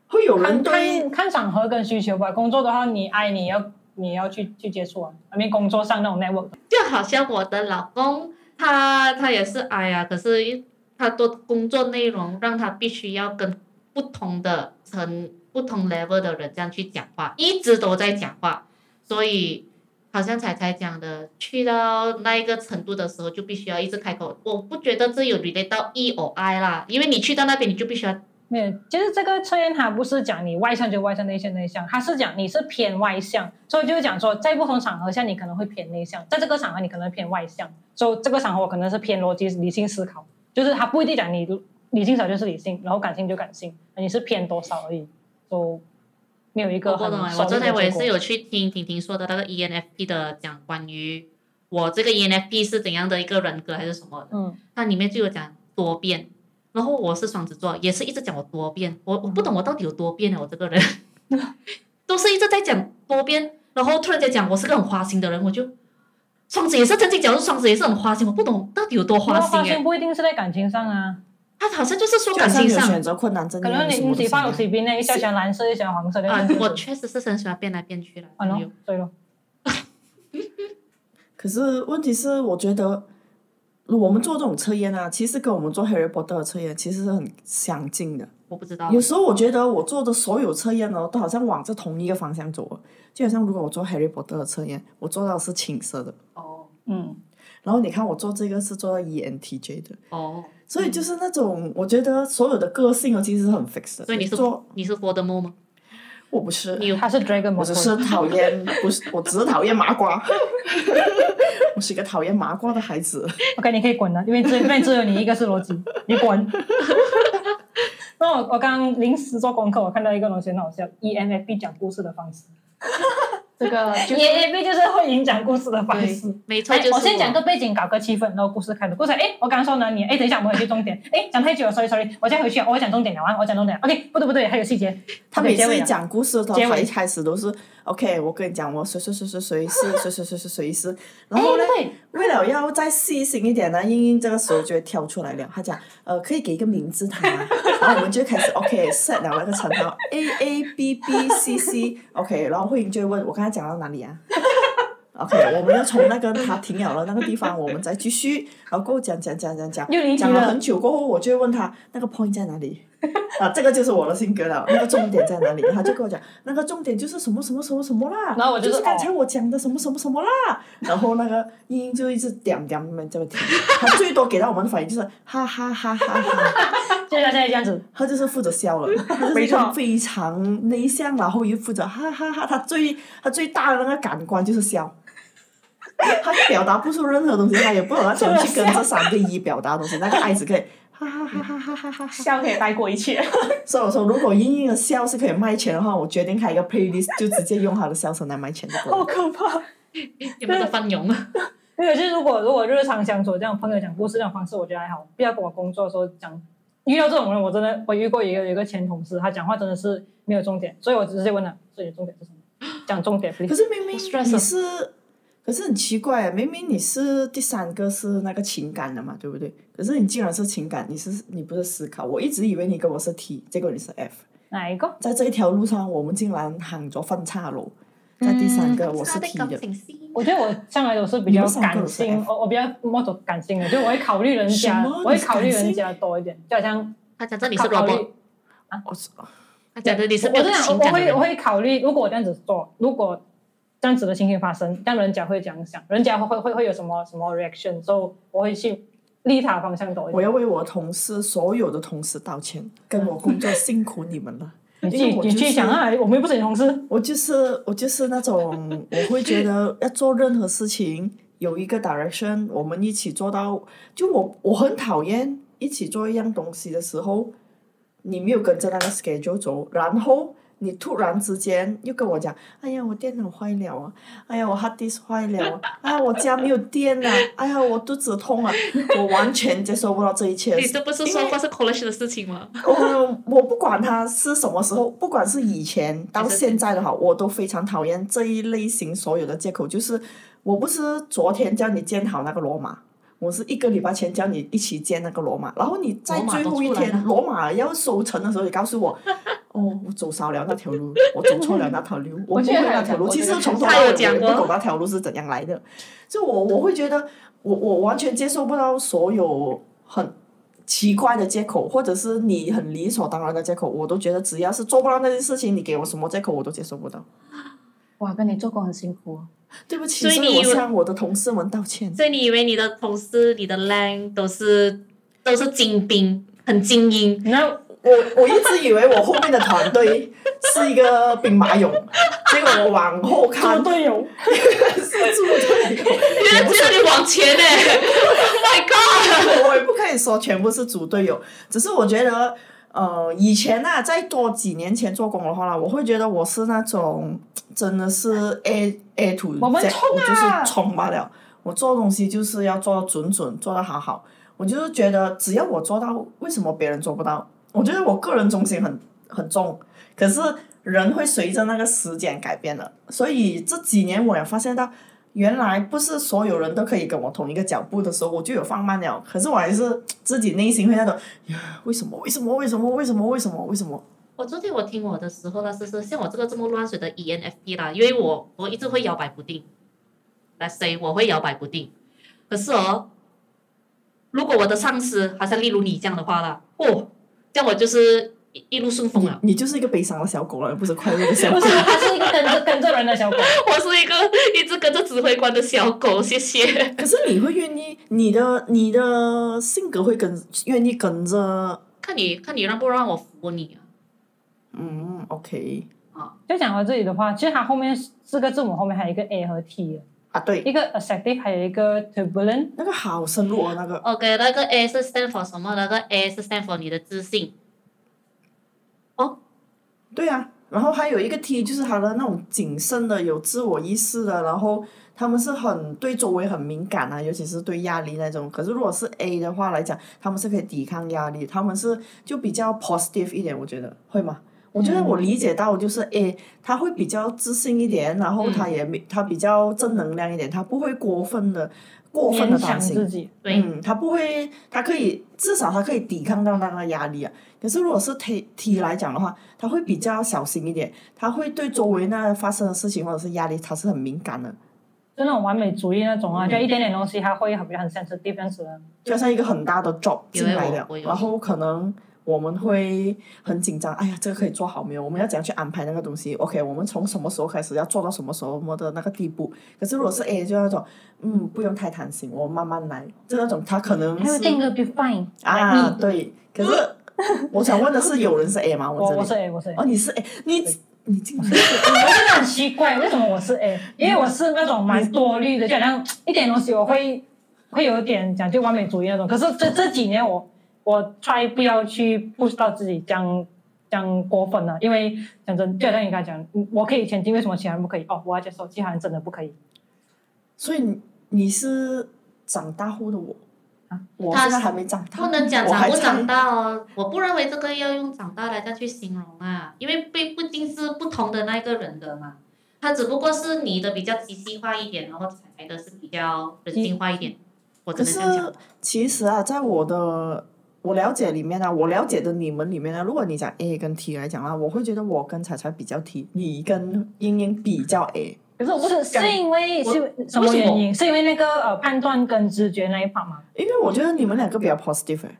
Speaker 3: 会有
Speaker 2: 看
Speaker 3: 人对
Speaker 2: 看看场合跟需求吧。工作的话，你爱你要你要去去接触啊，I mean 工作上那种 network
Speaker 1: 就好像我的老公，他他也是哎呀，可是一他的工作内容让他必须要跟不同的层、不同 level 的人这样去讲话，一直都在讲话，所以好像彩彩讲的，去到那一个程度的时候，就必须要一直开口。我不觉得这有 relate 到 E or I 啦，因为你去到那边，你就必须要
Speaker 2: 没有，其实这个测验它不是讲你外向就外向，内向内向，它是讲你是偏外向，所以就是讲说在不同场合下你可能会偏内向，在这个场合你可能偏外向，所以这个场合我可能是偏逻辑理性思考，就是它不一定讲你理性少就是理性，然后感性就感性，你是偏多少而已，就没有一个
Speaker 1: 我
Speaker 2: 很
Speaker 1: 不懂哎，
Speaker 2: solid
Speaker 1: 我
Speaker 2: 的
Speaker 1: 昨天我也
Speaker 2: 结果
Speaker 1: 是有去听婷婷说的那个 E ENFP 的讲关于我这个 E ENFP 是怎样的一个人格还是什么的，
Speaker 2: 嗯
Speaker 1: 它里面就有讲多变，然后我是双子座，也是一直讲我多变，我我不懂我到底有多变呢？我这个人
Speaker 2: 嗯
Speaker 1: 都是一直在讲多变，然后突然间讲我是个很花心的人，我就双子也是曾经讲说双子也是很花心，我不懂到底有多花
Speaker 2: 那
Speaker 1: 心
Speaker 2: 花
Speaker 1: 哎、
Speaker 2: 心不一定是在感情上啊，
Speaker 1: 他好像就是说
Speaker 3: 就好
Speaker 1: 感
Speaker 3: 像
Speaker 1: 情
Speaker 3: 有
Speaker 1: 上
Speaker 3: 选择困难症一
Speaker 2: 可
Speaker 3: 样，
Speaker 2: 能你
Speaker 3: 什么
Speaker 2: 你
Speaker 3: 都
Speaker 2: 喜欢有
Speaker 3: 是一
Speaker 2: C
Speaker 3: 样
Speaker 2: B 那一下选蓝色，一下黄色，一
Speaker 1: 啊
Speaker 2: 下紫，色
Speaker 1: 我确实是很喜欢变来变去的。
Speaker 2: 啊
Speaker 1: 朋
Speaker 2: 喏
Speaker 1: 友，
Speaker 2: 对咯，
Speaker 3: 可是问题是，我觉得我们做这种测验啊，其实跟我们做 Harry Potter 的测验其实是很相近的。
Speaker 1: 我不知道啊
Speaker 3: 有，时候我觉得我做的所有测验哦呢，都好像往着同一个方向走了。就好像如果我做 Harry Potter 的测验，我做到的是青色的，
Speaker 1: 哦
Speaker 4: 嗯，
Speaker 3: 然后你看我做这个是做到 ENTJ 的，
Speaker 1: 哦，
Speaker 3: 所以就是那种、我觉得所有的个性哦，其实是很 fixed 的。
Speaker 1: 所以你是
Speaker 3: 做
Speaker 1: 你是 for the moment 吗？
Speaker 3: 我不是，
Speaker 1: 你有
Speaker 2: 他是 Dragon
Speaker 3: 我
Speaker 2: Ball
Speaker 3: 只是讨厌，不是，我只是讨厌麻瓜。 我是一个讨厌麻瓜的孩子。
Speaker 2: OK，你可以滚了，因为这边只有你一个是逻辑，你滚。 那我我刚刚临时做功课，我看到一个东西很好笑，ENFP ，E 讲故事的方式 E
Speaker 4: 这个就
Speaker 2: ，ENFP 就是会影响故事的方
Speaker 1: 对
Speaker 2: 式。，
Speaker 1: 没错，
Speaker 2: 哎
Speaker 1: 就，是
Speaker 2: 我先讲
Speaker 1: 我
Speaker 2: 个背景，搞个气氛，然后故事开始。故事，哎，我刚刚说呢，你，哎，等一下，我们回去重点。哎，讲太久了，sorry sorry，我再回去啊，我讲重点了，完，我讲重点了。OK，不对不对，还有细节。
Speaker 3: 他每
Speaker 2: 结尾
Speaker 3: 次
Speaker 2: 了
Speaker 3: 讲故事的时候，
Speaker 2: 结尾
Speaker 3: 他一开始都是 OK，我跟你讲，我谁谁谁谁谁是谁谁谁谁谁是，然
Speaker 2: 哎，
Speaker 3: 后呢，
Speaker 2: 对，
Speaker 3: 为了要再细心一点呢，英英这个时候就会跳出来了，他讲呃可以给一个名字他，然后我们就开始 OK set 了那个称号 A A B B C C OK，然后慧英就会问我刚才讲到哪里啊？OK，我们要从那个他停了的那个地方，我们再继续，然后过后讲讲讲讲讲，
Speaker 2: 又离题
Speaker 3: 讲了
Speaker 2: 了
Speaker 3: 很。久过后，我就会问他那个 point 在哪里。啊，这个就是我的性格了。那个重点在哪里？他就跟我讲，那个重点就是什么什么什么什么啦。
Speaker 2: 然后我就哦
Speaker 3: 就是刚才我讲的什么什么 什么啦。然后那个英英就一直点点点这么听，他最多给到我们的反应就是哈哈哈哈哈，
Speaker 2: 谢谢大家这样子，
Speaker 3: 他就是负责笑了。他就是一个非常内向，然后又负责哈哈哈。他最他最大的那个感官就是笑。他表达不出任何东西，他也不懂他怎么去跟这三个一表达东西。那个爱只可以哈哈哈哈哈哈哈哈。
Speaker 4: 笑可以带过一切。
Speaker 3: 所以我说，如果英英的笑是可以卖钱的话，我决定开一个 playlist，就直接用她的笑声来卖钱就够
Speaker 2: 好
Speaker 3: 了。
Speaker 2: 可怕。
Speaker 1: 有没有翻涌啊？
Speaker 2: 没有，就是如果如果日常相处这样朋友讲故事这种方式，我觉得还好。不要跟我工作的时候讲，遇到这种人，我真的我遇过一个有一个前同事，他讲话真的是没有重点，所以我直接问他，所以重点是什么？讲重点
Speaker 3: 可
Speaker 2: ，please。
Speaker 3: 是明
Speaker 1: 我
Speaker 3: 明
Speaker 2: 啊
Speaker 1: stress
Speaker 3: 你是，可是很奇怪，啊明明你是第三个是那个情感的嘛，对不对？可是你竟然是情感，你是你不是思考？我一直以为你跟我是 T，结果你是 F。
Speaker 2: 哪一个？
Speaker 3: 在这一条路上，我们竟然行咗分岔路。在第三个，我是 T 的，
Speaker 2: 嗯我觉得我向来都是比较
Speaker 3: 你们三个
Speaker 2: 感
Speaker 3: 都是
Speaker 2: 性，我我比较摸着感性的，就我会考虑人家
Speaker 3: 什，么
Speaker 2: 我会考虑人家多一点，就好像
Speaker 1: 他讲这里是
Speaker 2: 考考虑
Speaker 1: robot，
Speaker 3: 我是
Speaker 1: 他讲这里是
Speaker 2: 我
Speaker 1: 没
Speaker 2: 我
Speaker 1: 有
Speaker 2: 这样，
Speaker 1: 情
Speaker 2: 我
Speaker 1: 感的
Speaker 2: 会我
Speaker 1: 人。
Speaker 2: 会考虑，如果我这样子做，如果这样子的情形发生，但人家会怎样想？人家会会会会有什么什么 reaction？所、以我会去利他方向多一
Speaker 3: 我
Speaker 2: 点。
Speaker 3: 要为我同事所有的同事道歉，跟我工作辛苦你们了。
Speaker 2: 你
Speaker 3: 因
Speaker 2: 自
Speaker 3: 为
Speaker 2: 己
Speaker 3: 我
Speaker 2: 你
Speaker 3: 就
Speaker 2: 自己
Speaker 3: 是
Speaker 2: 想啊，我们又不是你同事。
Speaker 3: 我就是我就是那种，我会觉得要做任何事情有一个 direction，我们一起做到。就我我很讨厌一起做一样东西的时候，你没有跟着那个 schedule 走，然后你突然之间又跟我讲，哎呀，我电脑坏了啊，哎呀，我 hard disk 坏了啊，哎呀，我家没有电了、哎呀，我肚子痛啊，我完全接受不到这一切的
Speaker 1: 你这不是说
Speaker 3: 因为
Speaker 1: 过是 college 的事情吗？
Speaker 3: 我我不管他是什么时候，不管是以前到现在的哈，我都非常讨厌这一类型所有的借口。就是我不是昨天叫你建好那个罗马，我是一个礼拜前叫你一起建那个罗马，然后你在最后一天罗马要收成的时候，你告诉我，哦，我走少了那条路， 我走错了那条路， 我
Speaker 4: 我
Speaker 3: 不
Speaker 4: 觉
Speaker 3: 会
Speaker 4: 得
Speaker 3: 那条路。其实从头到
Speaker 1: 他
Speaker 3: 尾
Speaker 1: 有讲
Speaker 3: 我也不
Speaker 1: 过
Speaker 3: 懂那条路是怎样来的，就我我会觉得我我完全接受不到所有很。奇怪的借口，或者是你很理所当然的借口，我都觉得只要是做不到那件事情，你给我什么借口我都接受不到。
Speaker 4: 哇，跟你做工很辛苦哦。
Speaker 3: 对不起，
Speaker 1: 所以
Speaker 3: 所
Speaker 1: 你
Speaker 3: 以我
Speaker 1: 以为
Speaker 3: 向我的同事们道歉。
Speaker 1: 所以你以为你的同事、你的 lang 都 是都是精兵，很精英，
Speaker 2: 然后
Speaker 3: 我我一直以为我后面的团队是一个兵马 俑，结果我往后看
Speaker 2: 做队友，
Speaker 3: 是猪队 友，
Speaker 1: 原来只有你往前呢、o h Oh my god！
Speaker 3: 我也不可以以说全部是组队友，只是我觉得。呃，以前啊，再多几年前做工的话啦，我会觉得我是那种真的是 A A 图，
Speaker 2: 啊我们冲啊
Speaker 3: 我就是冲罢了。我做东西就是要做到准准，做到好好。我就是觉得，只要我做到，为什么别人做不到？我觉得我个人中心很很重，可是人会随着那个时间改变的。所以这几年我也发现到，原来不是所有人都可以跟我同一个脚步的时候，我就有放慢了。可是我还是自己内心会那种。 为什么？为什么？为什么？为什么？为什么？为什么？
Speaker 1: 我昨天我听我的时候呢，是是像我这个这么乱水的 E ENFP 啦，因为我我一直会摇摆不定。来 say 我会摇摆不定，可是哦，如果我的上司好像例如你这样的话啦，哦，这样我就是一一路顺风啊了。
Speaker 3: 你就是一个悲伤的小狗了，不是快乐的小
Speaker 2: 不
Speaker 3: 狗。
Speaker 2: 是，他是一个跟着跟着人的小 狗。
Speaker 1: 我是一个一直跟着指挥官的小狗，谢谢。
Speaker 3: 可是你会愿意，你的你的性格会跟愿意跟着，
Speaker 1: 看你看你让不让我服你啊？
Speaker 3: 嗯，OK
Speaker 2: 就讲到这里的话，其实它后面四个字母后面还有一个 A 和 T，的
Speaker 3: 啊，对，
Speaker 2: 一个 assertive，还有一个 turbulent。
Speaker 3: 那个好深入啊，那个
Speaker 1: OK，那哦个 A 是 stand for 什么？那个 A 是 stand for 你的自信。
Speaker 3: 对啊。然后还有一个 T 就是他的那种谨慎的、有自我意识的，然后他们是很对周围很敏感啊，尤其是对压力那种。可是如果是 A 的话来讲，他们是可以抵抗压力，他们是就比较 positive 一点，我觉得会吗？我觉得我理解到就是 A，他会比较自信一点，然后
Speaker 2: 嗯
Speaker 3: 他也没他比较正能量一点，他不会过分的过分
Speaker 2: 勉
Speaker 3: 的担
Speaker 2: 强
Speaker 3: 心
Speaker 2: 自。己，
Speaker 1: 对
Speaker 3: 嗯，他不会，他可以至少他可以抵抗到那个压力啊。可是如果是 T T 来讲的话，他会比较小心一点，他会对周围那发生的事情或者是压力，他是很敏感的，
Speaker 2: 就那种完美主义那种啊，
Speaker 3: 嗯
Speaker 2: 就一点点东西他会很很 sensitive 这样子的。
Speaker 3: 就像一个很大的 job
Speaker 1: 有
Speaker 3: 进
Speaker 1: 欸
Speaker 3: 来
Speaker 1: 我
Speaker 3: 了
Speaker 1: 我，有
Speaker 3: 然后可能我们会很紧张，哎呀，这个可以做好没有？我们要怎样去安排那个东西？OK，我们从什么时候开始要做到什么时候么的那个地步？可是如果是 A 就那种，嗯，不用太贪心，我慢慢来，就那种他可能是
Speaker 2: will be fine
Speaker 3: 啊，对，可是我想问的是，有人是 A 吗？
Speaker 2: 我
Speaker 3: 这
Speaker 2: 我
Speaker 3: 里
Speaker 2: 是 A，我是 A，
Speaker 3: 哦，你是 A，你
Speaker 2: 对
Speaker 3: 你竟然是 A，
Speaker 2: 我真的很奇怪，为什么我是 A？因为我是那种蛮多虑的，就好像一点东西我会会有点讲究完美主义那种。可是这这几年我我 try 不要去 push 到自己这样这样过分啊了，因为讲真，就好像你刚才讲，嗯我可以前进，为什么其他人不可以？哦，我要接受，其他人真的不可以。
Speaker 3: 所以你你是长大后的我
Speaker 2: 啊，
Speaker 3: 我
Speaker 1: 他
Speaker 3: 现在还没长大，
Speaker 1: 不能讲
Speaker 3: 我
Speaker 1: 长
Speaker 3: 还
Speaker 1: 不
Speaker 3: 差
Speaker 1: 长大哦，我不认为这个要用长大来再去形容啊，因为并不一定是不同的那一个人的嘛，他只不过是你的比较机械化一点，然后彩彩的是比较人性化一点，我只
Speaker 3: 可
Speaker 1: 能
Speaker 3: 是
Speaker 1: 这样讲。
Speaker 3: 其实啊，在我的我了解里面呢、啊，我了解的你们里面呢、啊如果你讲 A 跟 T 来讲啦、啊我会觉得我跟彩彩比较 T，你跟英英比较 A。
Speaker 2: 可是我不是
Speaker 3: 讲
Speaker 2: 是因为
Speaker 1: 我
Speaker 2: 是什么原因？是因为那个呃判断跟直觉那一 part 吗？
Speaker 3: 因为我觉得你们两个比较 positive，、欸、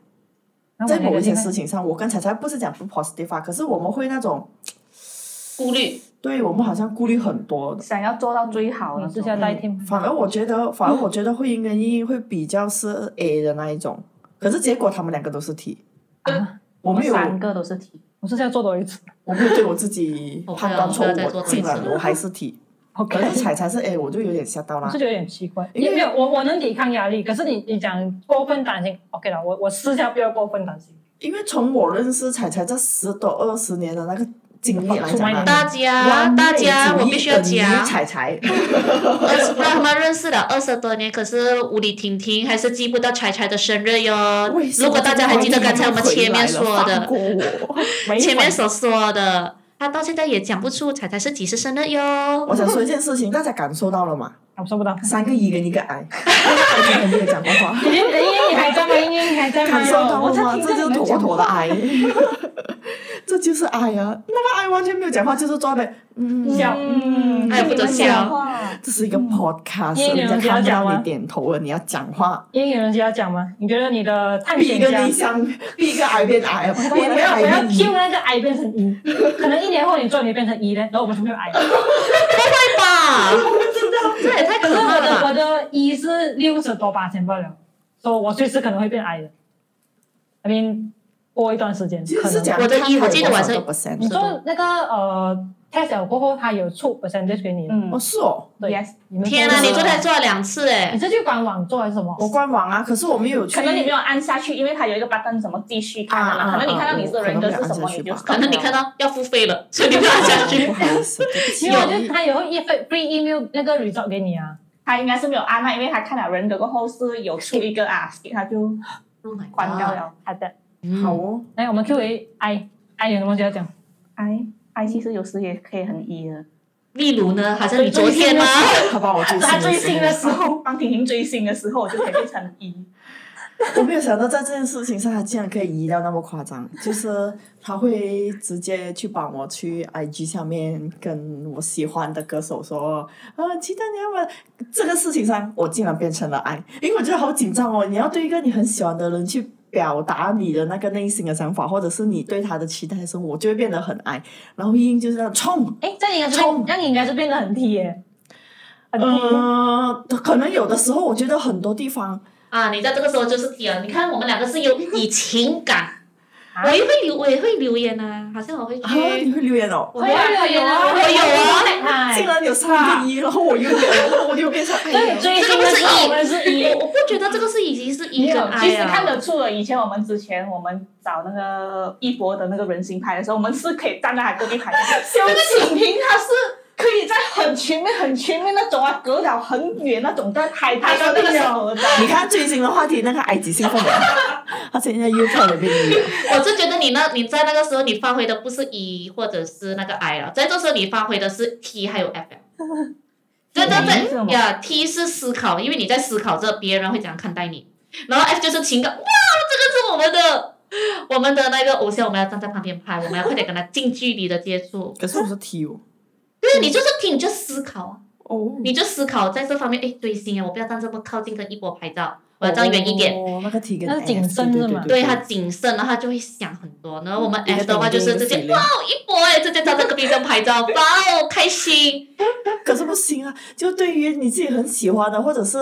Speaker 2: 然后
Speaker 3: 在
Speaker 2: 我那
Speaker 3: 某
Speaker 2: 个
Speaker 3: 一
Speaker 2: 地
Speaker 3: 些
Speaker 2: 方
Speaker 3: 事情上，我跟彩彩不是讲不 positive 啊，可是我们会那种，
Speaker 1: 顾虑，
Speaker 3: 对我们好像顾虑很多的。
Speaker 4: 想要做到最好
Speaker 2: 我
Speaker 4: 的
Speaker 2: 私下代替吗。
Speaker 3: 反而我觉得，反而我觉得慧英跟英英会比较是 A 的那一种，可是结果他们两个都是 T，
Speaker 2: 啊，
Speaker 3: 我没有，
Speaker 4: 三个都是 T，
Speaker 2: 我是要做多一次。
Speaker 3: 我没有对我 自己
Speaker 1: 我不要
Speaker 3: 判断错
Speaker 1: 我不要再
Speaker 3: 误，
Speaker 1: 做多
Speaker 3: 我
Speaker 1: 一次
Speaker 3: 竟然
Speaker 1: 了
Speaker 3: 我还是 T，
Speaker 2: OK，
Speaker 3: 可是彩彩是 A，我就有点吓到
Speaker 2: 我
Speaker 3: 啦
Speaker 2: 是。觉得有点奇怪，
Speaker 3: 因为
Speaker 2: 因为我我能抵抗压力，可是你你讲过分担心，OK 了，我我私下不要过分担心。
Speaker 3: 因为从我认识彩彩这十多二十年的那个经历来讲
Speaker 2: 嗯
Speaker 3: 啊，
Speaker 1: 大家
Speaker 3: 完美
Speaker 1: 大家，
Speaker 3: 主义
Speaker 1: 我必须要
Speaker 3: 等于
Speaker 1: 讲，
Speaker 3: 彩彩，
Speaker 1: 二十，让他们认识了二十多年，可是无理婷婷还是记不到柴柴的生日哟
Speaker 3: 为。什么
Speaker 1: 如果大家还记得刚才我们前面说
Speaker 3: 回来了放
Speaker 1: 的，
Speaker 3: 过我，
Speaker 2: 没啊
Speaker 1: 前面
Speaker 2: 反
Speaker 1: 所说的，他到现在也讲不出柴柴是几时生日哟。
Speaker 3: 我想说一件事情，大家感受到了吗？
Speaker 2: 我收不到。
Speaker 3: 三个一跟一个 I，我今天没有讲过话。
Speaker 2: 莹莹，你还在吗？莹莹，你还在吗？
Speaker 3: 感受到
Speaker 2: 我
Speaker 3: 了
Speaker 2: 在
Speaker 3: 吗？
Speaker 2: 听
Speaker 3: 这
Speaker 2: 着
Speaker 3: 就
Speaker 2: 你
Speaker 3: 是
Speaker 2: 们
Speaker 3: 妥
Speaker 2: 讲
Speaker 3: 妥的爱，这就是爱啊！那个爱完全没有讲话，就是抓的，嗯，
Speaker 2: 笑，
Speaker 3: 嗯
Speaker 2: 嗯，
Speaker 1: 哎不准笑
Speaker 4: 讲话，
Speaker 3: 这是一个 podcast，、
Speaker 2: 英语
Speaker 3: 人家
Speaker 2: 嗯
Speaker 3: 看
Speaker 2: 你要讲
Speaker 3: 不到
Speaker 2: 吗
Speaker 3: 你点头了，你要讲话。
Speaker 2: 英语人家要讲吗？你觉得你的探
Speaker 3: 逼一
Speaker 2: 险
Speaker 3: 个
Speaker 2: 家
Speaker 3: 内？向，逼一个癌变癌，
Speaker 2: 我
Speaker 3: 变
Speaker 2: 要
Speaker 3: 癌
Speaker 2: 我要
Speaker 3: 变
Speaker 2: Q
Speaker 3: 一。
Speaker 2: 那个 I 变成 E，可能一年后你做你变成 E 呢，然后我们全部有 I。
Speaker 1: 对吧？这也太可
Speaker 2: 可是
Speaker 1: 怕
Speaker 2: 我
Speaker 1: 了
Speaker 2: 的
Speaker 1: 吧！
Speaker 2: 我的 E 是六十多八千不了，所以我随时可能会变 I 的。I mean，过一段时间
Speaker 3: 其实
Speaker 2: 可
Speaker 3: 是
Speaker 2: 能。
Speaker 3: 讲
Speaker 2: 嗯
Speaker 1: 我的一我记得我是
Speaker 3: 是
Speaker 2: 你说那个呃 test 了过后，它有出 percentage 给你。
Speaker 4: 嗯
Speaker 3: 哦，是哦，
Speaker 2: 对
Speaker 4: Yes
Speaker 2: 你们
Speaker 1: 天
Speaker 2: 哪、
Speaker 1: 哪，
Speaker 4: 就是
Speaker 1: 你昨天做了两次哎
Speaker 2: 你！是去官网做还是什么？
Speaker 3: 我官网啊，可是我没有去，
Speaker 4: 可能你没有按下去，因为它有一个 button 什么继续看
Speaker 3: 啊啊
Speaker 4: 啊，可能你看
Speaker 3: 啊
Speaker 4: 到你
Speaker 3: 我
Speaker 4: 的人
Speaker 3: 可能
Speaker 4: 格
Speaker 3: 没有
Speaker 4: 是什么，
Speaker 3: 按下去
Speaker 4: 你就
Speaker 3: 吧
Speaker 1: 可能你看
Speaker 4: 到
Speaker 1: 到要付费了，所以你不要下去
Speaker 3: 不。好意 思，对不起
Speaker 2: 没有，啊就是它有一份 free email 那个 result 给你啊。
Speaker 4: 他应该是没有按那，因为他看了人格过后是有出一个 啊，他就
Speaker 1: Oh my god
Speaker 4: 关掉。了。
Speaker 2: 好的，
Speaker 1: 嗯
Speaker 3: 好哦，
Speaker 2: 来我们 Q&A I I 有什么就要讲？
Speaker 4: 哎哎，其实有时也可以很 E 的。
Speaker 1: 例如呢，好像你昨天吗？
Speaker 3: 好吧，我最
Speaker 2: 他最新的
Speaker 3: 新的
Speaker 2: 时候，
Speaker 4: 帮婷婷追星的时候，我就可以变成 E。
Speaker 3: 我没有想到在这件事情上，他竟然可以移到那么夸张，就是他会直接去帮我去 IG 下面跟我喜欢的歌手说，啊，期待你要么这个事情上，我竟然变成了爱，因为我觉得好紧张哦，你要对一个你很喜欢的人去。表达你的那个内心的想法，或者是你对他的期待的时候，我就会变得很爱。然后英就是那种冲，
Speaker 2: 哎，这样应该是
Speaker 3: 冲
Speaker 2: 变，这样应该是变得很 T 耶，很 T。
Speaker 3: 呃，可能有的时候我觉得很多地方
Speaker 1: 啊，你在这个时候就是 T 了。你看我们两个是有以情感，我也会留，我也会留言啊，好像我会去。
Speaker 3: 啊，你会留言啊哦。
Speaker 1: 我会啊
Speaker 2: 有啊
Speaker 1: 我有啊。
Speaker 2: 啊
Speaker 3: 竟然有三个一，然后我又我又变成
Speaker 2: 对，
Speaker 3: A 了。
Speaker 2: 追星的时候我们是 E，
Speaker 1: 我我不觉得这个是已经是一
Speaker 4: 没
Speaker 1: 跟
Speaker 4: 有，其
Speaker 1: I
Speaker 4: 实看
Speaker 1: 啊。
Speaker 4: 得出了。以前我们之前我们找那个一博的那个人形牌的时候，我们是可以站在他隔壁 排的。那个婷婷她是可以在很前面、很前面那种啊，隔了很远那种，在拍他的那个手的照
Speaker 3: 你看最新的话题，那个埃及兴奋了， 他现在又跳了变一了。
Speaker 1: 我是觉得你呢，你在那个时候你发挥的不是 E 或者是那个 I 了，在这时候你发挥的是 T 还有 F。对 对
Speaker 4: 是什么
Speaker 1: 对，呀，T 是思考，因为你在思考着别人会怎样看待你，然后 F 就是情感，哇，这个是我们的。我们的那个偶像，我们要站在旁边拍，我们要快点跟他近距离的接触。
Speaker 3: 可是我是 T 哦，
Speaker 1: 对，你就是听，你就思考啊，
Speaker 3: 哦，
Speaker 1: 你就思考在这方面，哎，追星啊，我不要站这么靠近跟一博拍照，哦我要站远一点。
Speaker 3: 哦，那个 T 跟
Speaker 2: 那是紧身是吗
Speaker 1: 对他谨慎，然后他就会想很多。然后我们
Speaker 3: 一个
Speaker 1: F 的话就是直接哇，一博哎，直接站在隔壁这样拍 照，哇哦，开心。
Speaker 3: 可是不行啊，就对于你自己很喜欢的，或者是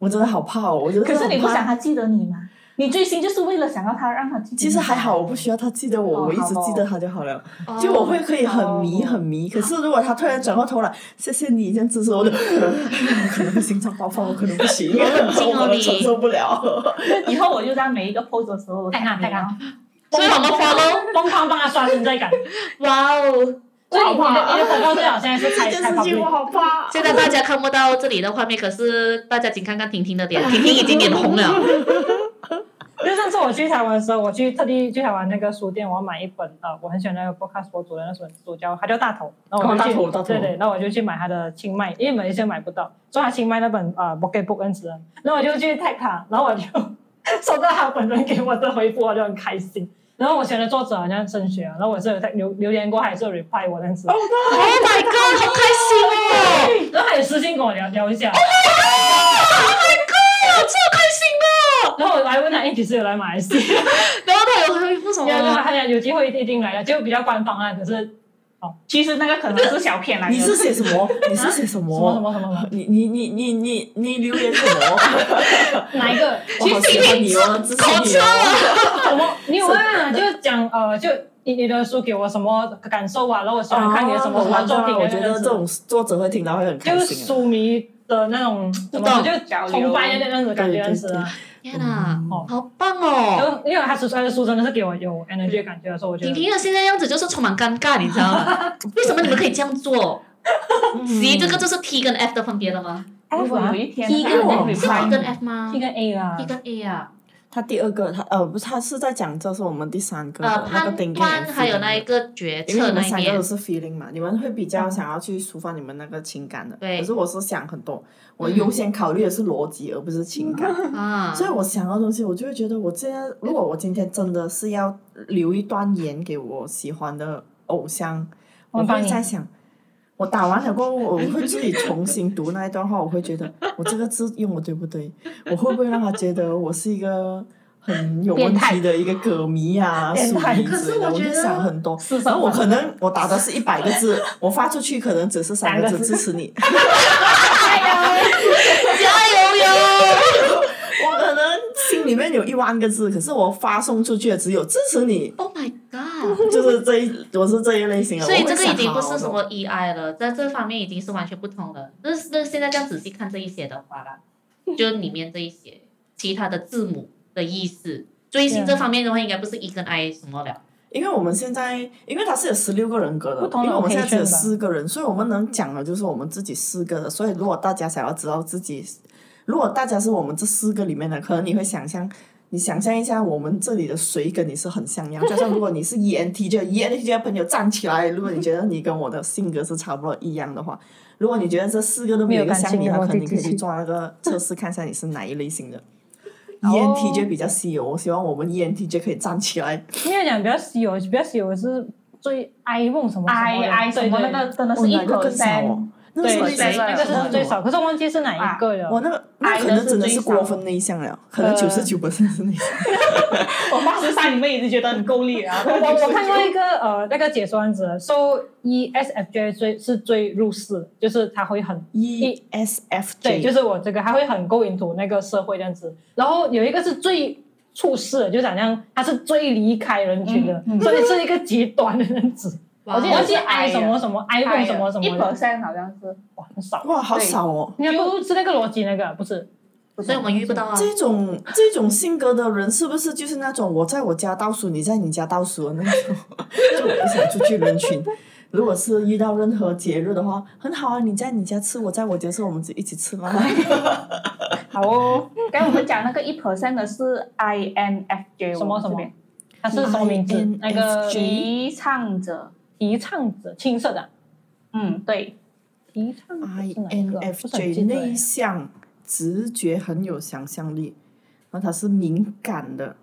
Speaker 3: 我真的好怕哦，我觉得
Speaker 4: 可是你不
Speaker 3: 很
Speaker 4: 想
Speaker 3: 怕。
Speaker 4: 他记得你吗？你追星就是为了想要他让他记得你。
Speaker 3: 其实还好，我不需要他记得我，
Speaker 4: 哦
Speaker 3: 我一直
Speaker 4: 好哦
Speaker 3: 记得他就好了。就我会可以很迷
Speaker 4: 哦
Speaker 3: 很迷，可是如果他突然转过头来，谢谢你这样支持我，我就我可能会心脏爆发，我可能不行，
Speaker 1: 惊哦
Speaker 3: 我可能
Speaker 1: 你
Speaker 3: 承受不了。
Speaker 4: 以后我就在每一个 pose 的时候，
Speaker 2: 太看太看，
Speaker 1: 所以我们 follow，
Speaker 2: 哦疯狂帮他刷存在感。
Speaker 1: 哇哦！
Speaker 2: 所以你的你的广告最好现在是
Speaker 3: 这
Speaker 2: 开
Speaker 3: 件
Speaker 2: 开
Speaker 3: 事
Speaker 2: 跑
Speaker 3: 情我好怕。
Speaker 1: 现在大家看不到这里的画面，可是大家请看看婷婷的 脸，婷婷已经脸红了。
Speaker 2: 就上次我去台湾的时候，我去特地去台湾那个书店，我要买一本呃，我很喜欢那个 Podcast 博主的那本书叫它叫大头，然后我就去、
Speaker 3: 哦大头大头
Speaker 2: 对对，然后我就去买他的清迈，因为马来西亚买不到，所以他清迈那本呃 Pocket Book N 十 N，然后我就去 tag 他，然后我就收到他本人给我的回复，我就很开心。然后我选的作者好像升学，然后我是有在留留言过，他也是有 reply 我但是，
Speaker 3: 哦
Speaker 1: Oh my god，好开心哦！
Speaker 2: 然后他也私信跟我聊聊一下，
Speaker 3: 哦
Speaker 1: Oh my god，超开心哦！
Speaker 2: 然后我还问他，哎，几时有来马来西亚？
Speaker 1: 然后他有回复什么
Speaker 2: 有有，
Speaker 1: 吗？
Speaker 2: 他讲有机会一定来的，就比较官方啊，可是
Speaker 4: 其实那个可能是小片来的。
Speaker 3: 你是写什么？你是写什
Speaker 2: 什么什
Speaker 3: 么？
Speaker 2: 么什么什么，
Speaker 3: 你你你你你你留言什么？
Speaker 2: 哪一个？
Speaker 3: 我好喜欢你哦，支
Speaker 1: 口
Speaker 3: 持你
Speaker 2: 啊
Speaker 3: 哦。
Speaker 2: 什么？你有啊？就讲呃，就你你的书给我什么感受啊？然后我喜欢看你的什么什么作品啊？
Speaker 3: 哦
Speaker 2: 哎
Speaker 3: 我觉得
Speaker 2: 那
Speaker 3: 这
Speaker 2: 种
Speaker 3: 种作者会听到会很
Speaker 2: 就
Speaker 3: 开
Speaker 2: 是
Speaker 3: 心啊。
Speaker 2: 书迷的那种怎么说就
Speaker 4: 交流
Speaker 2: 崇拜的那种感觉，
Speaker 3: 对对
Speaker 2: 认识啊。
Speaker 1: 天哪，
Speaker 2: 哦
Speaker 1: 好棒哦！
Speaker 2: 就因为他出他的书真的是给我有 energy 的感觉的时候，我觉
Speaker 1: 婷
Speaker 2: 得
Speaker 1: 婷的现在样子就是充满尴尬，你知道 吗？为什么你们可以这样做？
Speaker 3: 嗯
Speaker 1: 咦，这个就是 T 跟 F 的分别了吗？
Speaker 4: 如果哎有一天啊
Speaker 2: 第一
Speaker 4: 他
Speaker 2: 个
Speaker 4: 能
Speaker 1: 是
Speaker 2: 我
Speaker 1: T 跟
Speaker 4: reply
Speaker 1: F 吗
Speaker 2: 一个 A 啦
Speaker 1: ？T，跟 A 啊，
Speaker 3: 他第二个，他呃不是，他是在讲这是我们第三个
Speaker 1: 呃，
Speaker 3: 那个
Speaker 1: 判
Speaker 3: thinking
Speaker 1: 断
Speaker 3: and
Speaker 1: 还有
Speaker 3: feeling
Speaker 1: 那一个决
Speaker 3: 因为
Speaker 1: 策
Speaker 3: 你
Speaker 1: 那
Speaker 3: 们
Speaker 1: 一
Speaker 3: 三个
Speaker 1: 边嗯
Speaker 3: 都。是 feeling 嘛，你们会比较想要去抒发你们那个情感的。
Speaker 1: 对嗯
Speaker 3: 可是我是想很多，我优先考虑的是逻辑，而不是情感。
Speaker 1: 啊，
Speaker 3: 所以我想要的东西，我就会觉得我这样，如果我今天真的是要留一段言给我喜欢的偶像，
Speaker 2: 我
Speaker 3: 我
Speaker 2: 帮
Speaker 3: 会
Speaker 2: 你
Speaker 3: 在想，我打完了过后，我会自己重新读那一段话，我会觉得我这个字用的对不对？我会不会让他觉得我是一个？很有问题的一个歌迷啊，
Speaker 2: 变
Speaker 3: 属
Speaker 2: 态
Speaker 3: 于
Speaker 1: 可是
Speaker 3: 之类的，
Speaker 1: 我
Speaker 3: 我
Speaker 1: 觉
Speaker 3: 就
Speaker 1: 得
Speaker 3: 想很多。
Speaker 2: 是什
Speaker 3: 然后我
Speaker 2: 么？
Speaker 3: 可能我打的是一百个 字，我发出去可能只是三个
Speaker 2: 三个
Speaker 3: 字
Speaker 2: 字
Speaker 3: 支持你，
Speaker 1: 加油哟！
Speaker 3: 我可能心里面有一万个字，可是我发送出去的只有支持你。
Speaker 1: Oh my
Speaker 3: 就是这一我是这一类型的。
Speaker 1: 所以
Speaker 3: 我会
Speaker 1: 这个已
Speaker 3: 想
Speaker 1: 经不
Speaker 3: 好
Speaker 1: 是什么 EI 了，在这方面已经是完全不同了。那那现在这样仔细看这一些的话啦，就里面这一些其他的字母的意思，追星这方面的话，应该不是 E 跟 I 什么了。
Speaker 3: 因为我们现在，因为它是有十六个人格的，
Speaker 2: 不同的
Speaker 3: 因为我们现在只有
Speaker 2: location 吧
Speaker 3: 四个人，所以我们能讲的就是我们自己四个的。所以如果大家想要知道自己，如果大家是我们这四个里面的，可能你会想象，你想象一下我们这里的谁跟你是很像样。就像如果你是 E ENTJ ENTJ 的朋友站起来，如果你觉得你跟我的性格是差不多一样的话，如果你觉得这四个都没有一个像
Speaker 2: 没
Speaker 3: 你，
Speaker 2: 有
Speaker 3: 他
Speaker 2: 感情的
Speaker 3: 可能你可以
Speaker 2: 我自己
Speaker 3: 去做那个测试，看一下你是哪一类型的。E
Speaker 2: 哦
Speaker 3: ENTJ 比较稀有，我希望我们 E ENTJ 可以站起来。
Speaker 2: 因为讲比较稀有，比较稀有是最 I 梦什么什么
Speaker 4: I
Speaker 2: 的
Speaker 4: I 什
Speaker 2: 对
Speaker 4: 么
Speaker 2: 对
Speaker 4: 那个真的
Speaker 3: 哦
Speaker 4: 是一
Speaker 3: 哪个更少
Speaker 4: percent，
Speaker 3: 哦，那
Speaker 2: 啊对
Speaker 3: 个
Speaker 2: 对
Speaker 3: 是
Speaker 2: 对，
Speaker 3: 最
Speaker 2: 那个是最。少，啊可是我忘记是哪一个了。
Speaker 3: 我那个那
Speaker 4: I
Speaker 3: 可能
Speaker 4: 的
Speaker 3: 真的
Speaker 4: 是
Speaker 3: 是
Speaker 4: 最少
Speaker 3: 过分内向了，可能
Speaker 2: 呃
Speaker 3: 九十九是 内向。
Speaker 4: 我八十三，你们已经觉得很够力了。我
Speaker 2: 我我看过一个呃那个解说案子，so ESFJ 最是最入世的，就是他会很
Speaker 3: E S F
Speaker 2: 对，就
Speaker 3: J，
Speaker 2: 是我这个他会很 go into 那个社会这样子。然后有一个是最处事的，就好像他是最离开人群的，
Speaker 4: 嗯嗯哦
Speaker 2: 所以是一个极端的样子。
Speaker 1: 哇
Speaker 2: 我记得
Speaker 4: 是
Speaker 2: 是 I
Speaker 4: I
Speaker 2: 什么什么 I 梦什么什
Speaker 4: 一
Speaker 2: 么的，
Speaker 4: percent 好像是，
Speaker 2: 哇，很少。
Speaker 3: 哇，好少哦。
Speaker 2: 应该不是那个逻辑那个，不是？
Speaker 1: 所以我们遇不到啊。
Speaker 3: 这种这种性格的人是不是就是那种我在我家倒数，你在你家倒数的那种？ 就我不想出去人群。如果是遇到任何节日的话，很好啊，你在你家吃，我在我家吃，我们就一起吃嘛。
Speaker 4: 好哦。刚才我们讲那个一 percent 的是 INFJ，
Speaker 2: 什么什么
Speaker 4: 我们
Speaker 2: 他是什么名字？那个
Speaker 3: INFJ
Speaker 4: 这边提倡者，
Speaker 2: 提倡者，青色的
Speaker 4: 嗯，对，
Speaker 2: 提倡者
Speaker 3: I
Speaker 2: 是哪一
Speaker 3: N
Speaker 2: 个啊？
Speaker 3: F
Speaker 2: 不是很记
Speaker 3: J
Speaker 2: 得
Speaker 3: 内
Speaker 2: 欸
Speaker 3: 向，直觉很有想象力，然后他是敏感的，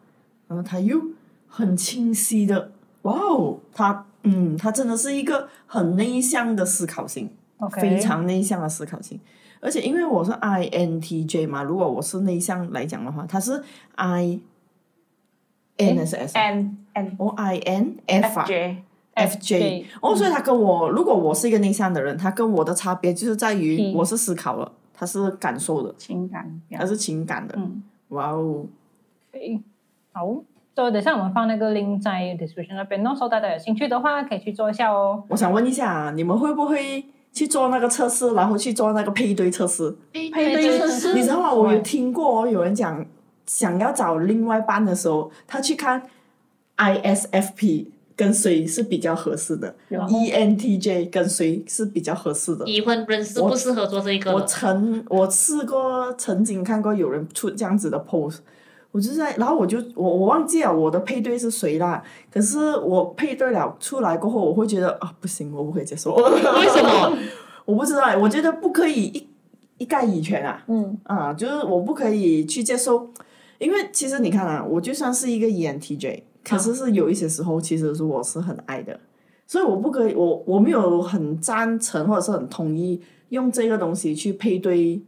Speaker 3: 然后他又很清晰的，哇哦，他嗯，他真的是一个很内向的思考型。
Speaker 2: OK，
Speaker 3: 非常内向的思考型。而且因为我是 INTJ 嘛，如果我是内向来讲的话，他是 I N S S
Speaker 2: 哎
Speaker 4: N N
Speaker 3: 哦 I N F 啊
Speaker 4: J，
Speaker 3: F
Speaker 2: FJ
Speaker 3: J
Speaker 4: 嗯
Speaker 3: 哦，所以他跟我，如果我是一个内向的人，他跟我的差别就是在于
Speaker 4: 嗯
Speaker 2: P
Speaker 3: 我是思考了，他是感受的，
Speaker 4: 情感表
Speaker 3: 他，是情感的。
Speaker 4: 嗯，
Speaker 3: 哇哦，
Speaker 2: 对，好，所以等一下我们放那个 link 在 description 那边，到时候大家有兴趣的话可以去做一下哦。
Speaker 3: 我想问一下，你们会不会去做那个测试，然后去做那个配对测试？
Speaker 1: 配对就是
Speaker 3: 你知道吗？我
Speaker 2: 对
Speaker 3: 有听过、哦、有人讲，想要找另外一半的时候，他去看 ISFP 跟谁是比较合适的 E
Speaker 4: 然后
Speaker 3: ，ENTJ 跟谁是比较合适的。
Speaker 1: 已婚人士不适合做这一个
Speaker 3: 我
Speaker 1: 了。
Speaker 3: 曾我试过，曾经看过有人出这样子的 pose，我就在，然后我就我我忘记了我的配对是谁啦，可是我配对了出来过后，我会觉得啊不行，我不可以接受，
Speaker 1: 为什么？
Speaker 3: 我不知道，我觉得不可以一一概以全啊。
Speaker 2: 嗯，
Speaker 3: 啊，就是我不可以去接受，因为其实你看啊，我就算是一个 ENTJ，可
Speaker 2: 啊
Speaker 3: 是是有一些时候，其实是我是很爱的，所以我不可以，我我没有很赞成或者是很同意用这个东西去配对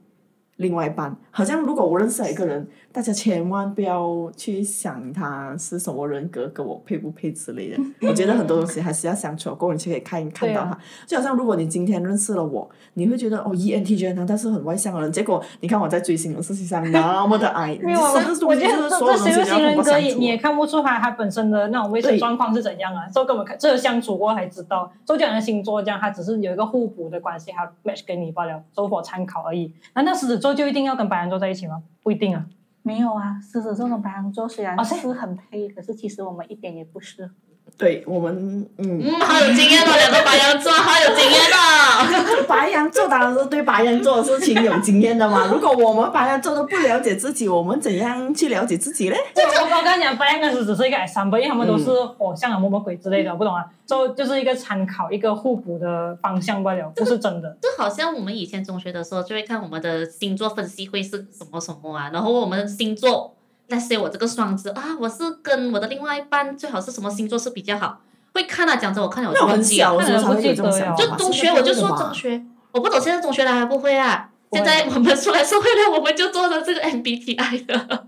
Speaker 3: 另外一半。好像如果我认识了一个人，大家千万不要去想他是什么人格，跟我配不配之类的。我觉得很多东西还是要相处了过后，你才可以看看
Speaker 2: 对
Speaker 3: 到
Speaker 2: 啊
Speaker 3: 他。就好像如果你今天认识了我，你会觉得哦，ENTJ 呢，他是很外向的人。结果你看我在追星的事情上那么的矮，
Speaker 2: 没有啊，
Speaker 3: 这
Speaker 2: 我我觉得这
Speaker 3: 所有
Speaker 2: 这十
Speaker 3: 东西
Speaker 2: 六
Speaker 3: 都要
Speaker 2: 型
Speaker 3: 通
Speaker 2: 人
Speaker 3: 过
Speaker 2: 格
Speaker 3: 相
Speaker 2: 也
Speaker 3: 处
Speaker 2: 你也看不出他他本身的那种卫生
Speaker 3: 啊对
Speaker 2: 状况是怎样啊，就根本看只有相处过才知道。就讲星座这样，他只是有一个互补的关系，他 match 给你罢了，做否参考而已。难道狮子座就一定要跟白羊座在一起吗？不一定啊。
Speaker 4: 没有啊，狮子座跟白羊座虽然
Speaker 2: 哦是
Speaker 4: 是很配，可是其实我们一点也不是。
Speaker 3: 对我们，嗯，
Speaker 1: 嗯，好有经验哦，两个白羊座，好有经验哦。
Speaker 3: 白羊座当然是对白羊座的事情有经验的嘛。如果我们白羊座都不了解自己，我们怎样去了解自己嘞？
Speaker 2: 我我跟你讲，白羊跟狮子是一个 example，因为他
Speaker 3: 嗯
Speaker 2: 们都是火象啊、摸摸鬼之类的，我不懂啊。就就是一个参考，一个互补的方向罢了，不是真 的。
Speaker 1: 就好像我们以前中学的时候，就会看我们的星座分析会是什么什么啊，然后我们星座，那些我这个双子啊，我是跟我的另外一半最好是什么星座是比较好，会看啊。讲真，我看了
Speaker 2: 哦
Speaker 1: 我
Speaker 3: 那
Speaker 1: 就
Speaker 3: 我
Speaker 1: 忘
Speaker 3: 很
Speaker 1: 记了
Speaker 2: 啊
Speaker 3: 小。的时候才会有这种想法，
Speaker 1: 就中学我就说中
Speaker 3: 学。
Speaker 1: 学，我不懂现在中学的还不会啊。
Speaker 2: 不
Speaker 1: 现
Speaker 2: 会
Speaker 1: 在我们出来社会了，我们就做了这个 MBTI 了。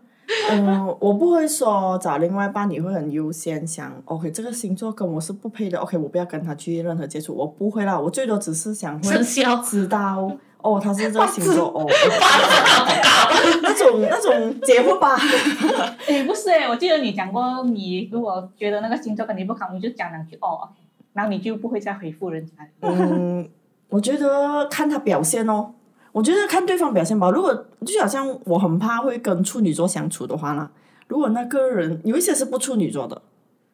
Speaker 3: 嗯，我不会说找另外一半，你会很优先想，OK，这个星座跟我是不配的，OK，我不要跟他去任何接触，我不会啦，我最多只是想会
Speaker 1: 生肖
Speaker 3: 知道哦，他是这个星座哦，
Speaker 1: 搞不搞？
Speaker 3: 那种那种结婚吧，
Speaker 4: 诶，不是诶，我记得你讲过，你如果觉得那个星座跟你不合，你就讲两句哦，然后你就不会再回复人家。
Speaker 3: 嗯，我觉得看他表现哦，我觉得看对方表现吧。如果就好像我很怕会跟处女座相处的话啦，如果那个人有一些是不处女座的，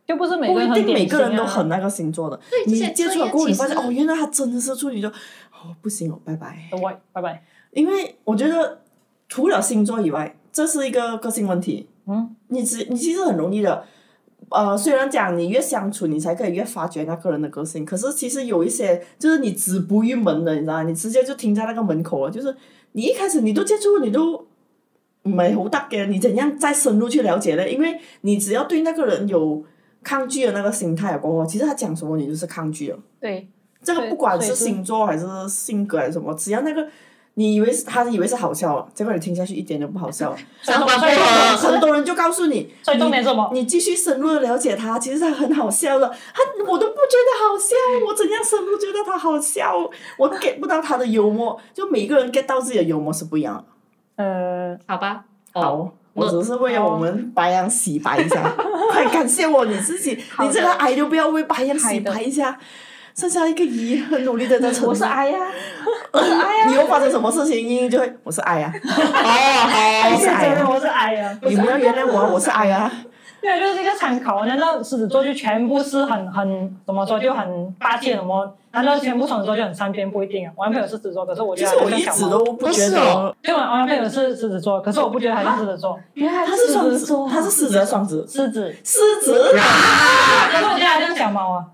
Speaker 2: 就不是每
Speaker 3: 不
Speaker 2: 个人
Speaker 3: 一
Speaker 2: 很
Speaker 3: 定每
Speaker 2: 典型
Speaker 3: 个
Speaker 2: 啊。
Speaker 3: 人都很那个星座的。
Speaker 1: 对，
Speaker 3: 你
Speaker 1: 这些
Speaker 3: 接触
Speaker 1: 测
Speaker 3: 了
Speaker 1: 验
Speaker 3: 过后，你
Speaker 1: 其
Speaker 3: 发现
Speaker 1: 实
Speaker 3: 哦，原来他真的是处女座，哦，不行哦，拜拜。
Speaker 2: 喂，拜拜。
Speaker 3: 因为我觉得除了星座以外，这是一个个性问题。
Speaker 2: 嗯，
Speaker 3: 你只你其实很容易的，呃，虽然讲你越相处，你才可以越发掘那个人的个性，可是其实有一些就是你止步于门的，你知道吗，你直接就停在那个门口了。就是你一开始你都接触，你都没好得嘅，你怎样再深入去了解呢？因为你只要对那个人有抗拒的那个心态了过后，其实他讲什么你就是抗拒了。
Speaker 4: 对，
Speaker 3: 这个
Speaker 2: 对
Speaker 3: 不管
Speaker 2: 所以
Speaker 3: 是
Speaker 2: 是
Speaker 3: 星座还是性格还是什么，只要那个你以为是他以为是好笑啊，结果你听下去一点都不好笑。
Speaker 1: 三观不
Speaker 2: 所以
Speaker 1: 合，
Speaker 3: 很多人就告诉你，
Speaker 2: 所以重点是什么？
Speaker 3: 你继续深入的了解他，其实他很好笑了。他我都不觉得好笑，我怎样深入觉得他好笑？我 get 不到他的幽默，就每个人 get 到自己的幽默是不一样的。嗯
Speaker 2: 呃，
Speaker 1: 好吧？哦，
Speaker 3: 好，我只是为了我们白羊洗白一下，快感谢我你自己，
Speaker 4: 好的
Speaker 3: 你这个癌都不要为白羊洗白一下。剩下一个姨很努力的在成
Speaker 4: 我是
Speaker 3: 长
Speaker 4: 哎呀，
Speaker 3: 以后发生什么事情，英英就会我是爱呀、
Speaker 1: 哦好
Speaker 2: 啊
Speaker 3: 我是爱呀、
Speaker 2: 呃 我是矮呀。
Speaker 3: 你不要原谅我啊，我是爱呀、
Speaker 2: 对，就是一个参考。难道狮子座就全部是很很怎么说就很霸气的什么？难道全部双子座就很善变？不一定啊。我男朋友是狮子座，可是我
Speaker 3: 其
Speaker 2: 觉得
Speaker 3: 实
Speaker 2: 他
Speaker 3: 我
Speaker 2: 像
Speaker 3: 一
Speaker 2: 小
Speaker 3: 直
Speaker 2: 猫。
Speaker 3: 都不觉
Speaker 1: 不是哦
Speaker 3: 得
Speaker 2: 对，我男朋友是狮子座，可是我不觉得他是狮子座，
Speaker 4: 原来
Speaker 3: 他是双
Speaker 4: 狮子
Speaker 3: 子
Speaker 4: 座，，
Speaker 3: 他是狮子还是双子？
Speaker 2: 狮子。
Speaker 3: 狮子，
Speaker 2: 啊可是我觉得他像小猫啊。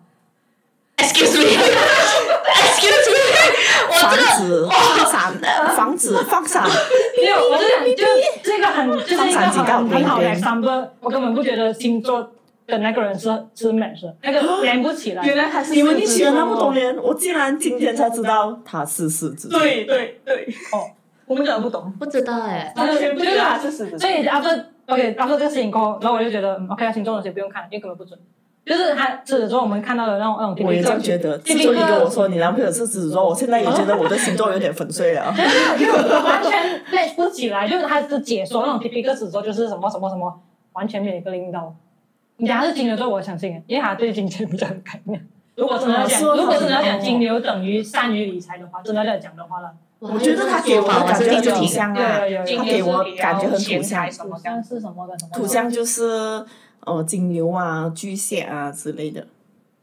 Speaker 1: ，excuse me，excuse me，我真的
Speaker 3: 房子，放闪，房子放闪，
Speaker 2: 没有，我就想就这个很就是一个
Speaker 3: 放闪警告
Speaker 2: 很很好的
Speaker 3: 对
Speaker 2: example，我根本不觉得星座的那个人是是 match 的，那个连不起来。
Speaker 4: 原来他是
Speaker 3: 你们
Speaker 4: 狮
Speaker 3: 一
Speaker 4: 子
Speaker 3: 起了那么
Speaker 4: 座
Speaker 3: 多年，我竟然今天才知道他是狮子。，
Speaker 4: 对对对，哦，我们讲不懂，
Speaker 1: 不知道哎，
Speaker 4: 完全不觉得他是狮子座
Speaker 2: 所。以 after OK after 这个事情过后，然后我就觉得嗯 OK 啊，星座的东西不用看，因为根本不准。就是他只是说我们看到的那种那种
Speaker 3: 我也这样觉得。自从你跟我说你男朋友是狮子座，我现在也觉得我的星座有点粉碎了。
Speaker 2: 得，完全 match 不起来。就是他的解说那种 P P 个指座就是什么什么什么，完全没有一个领导。你讲他是金牛座，我相信，因为他对金钱比较有概念。如果真的要讲，
Speaker 3: 哦是哦
Speaker 2: 如果真的要讲金牛等于善于理财的话，真的要讲的话了，
Speaker 3: 我觉得他给我
Speaker 1: 我还
Speaker 3: 的
Speaker 1: 有
Speaker 3: 感觉
Speaker 1: 这个说法我是第一
Speaker 3: 很土
Speaker 1: 次听，
Speaker 3: 象啊，
Speaker 2: 有
Speaker 3: 他给我感觉很土
Speaker 4: 钱
Speaker 3: 象
Speaker 4: 财什么这样。
Speaker 2: 是什么的什么
Speaker 3: 土象就是呃金牛啊、巨蟹啊之类的。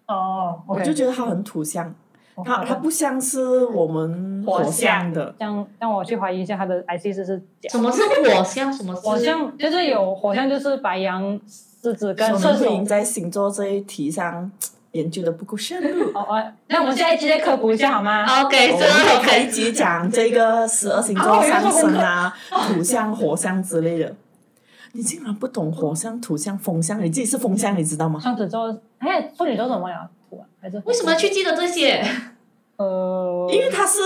Speaker 2: 哦，
Speaker 3: 我就觉得他很土象，
Speaker 2: 得
Speaker 3: 他他不像是我们
Speaker 4: 火
Speaker 3: 火
Speaker 4: 象
Speaker 3: 象的，
Speaker 2: 让让我去怀疑一下他的 IC 是是假
Speaker 1: 什么是火象，什么是
Speaker 2: 火象就是有火象，就是白羊、狮子跟
Speaker 3: 所以我
Speaker 2: 射
Speaker 3: 们
Speaker 2: 手
Speaker 3: 会。在星座这一题上研究的不够深入。
Speaker 2: 哦哦，那我们下一期再科普一下好吗？
Speaker 1: ？OK，
Speaker 3: 我
Speaker 1: 哎真的
Speaker 3: 们
Speaker 1: 很
Speaker 3: 可以
Speaker 1: 开
Speaker 3: 一集讲这个十二星座上升啊、土象、火象之类的。你竟然不懂火象、土象、风象，你自己是风象，你知道吗？
Speaker 2: 双子座，哎，处女座怎么了？土啊还是
Speaker 1: 为什么去记得这些？
Speaker 2: 呃，
Speaker 3: 因为它是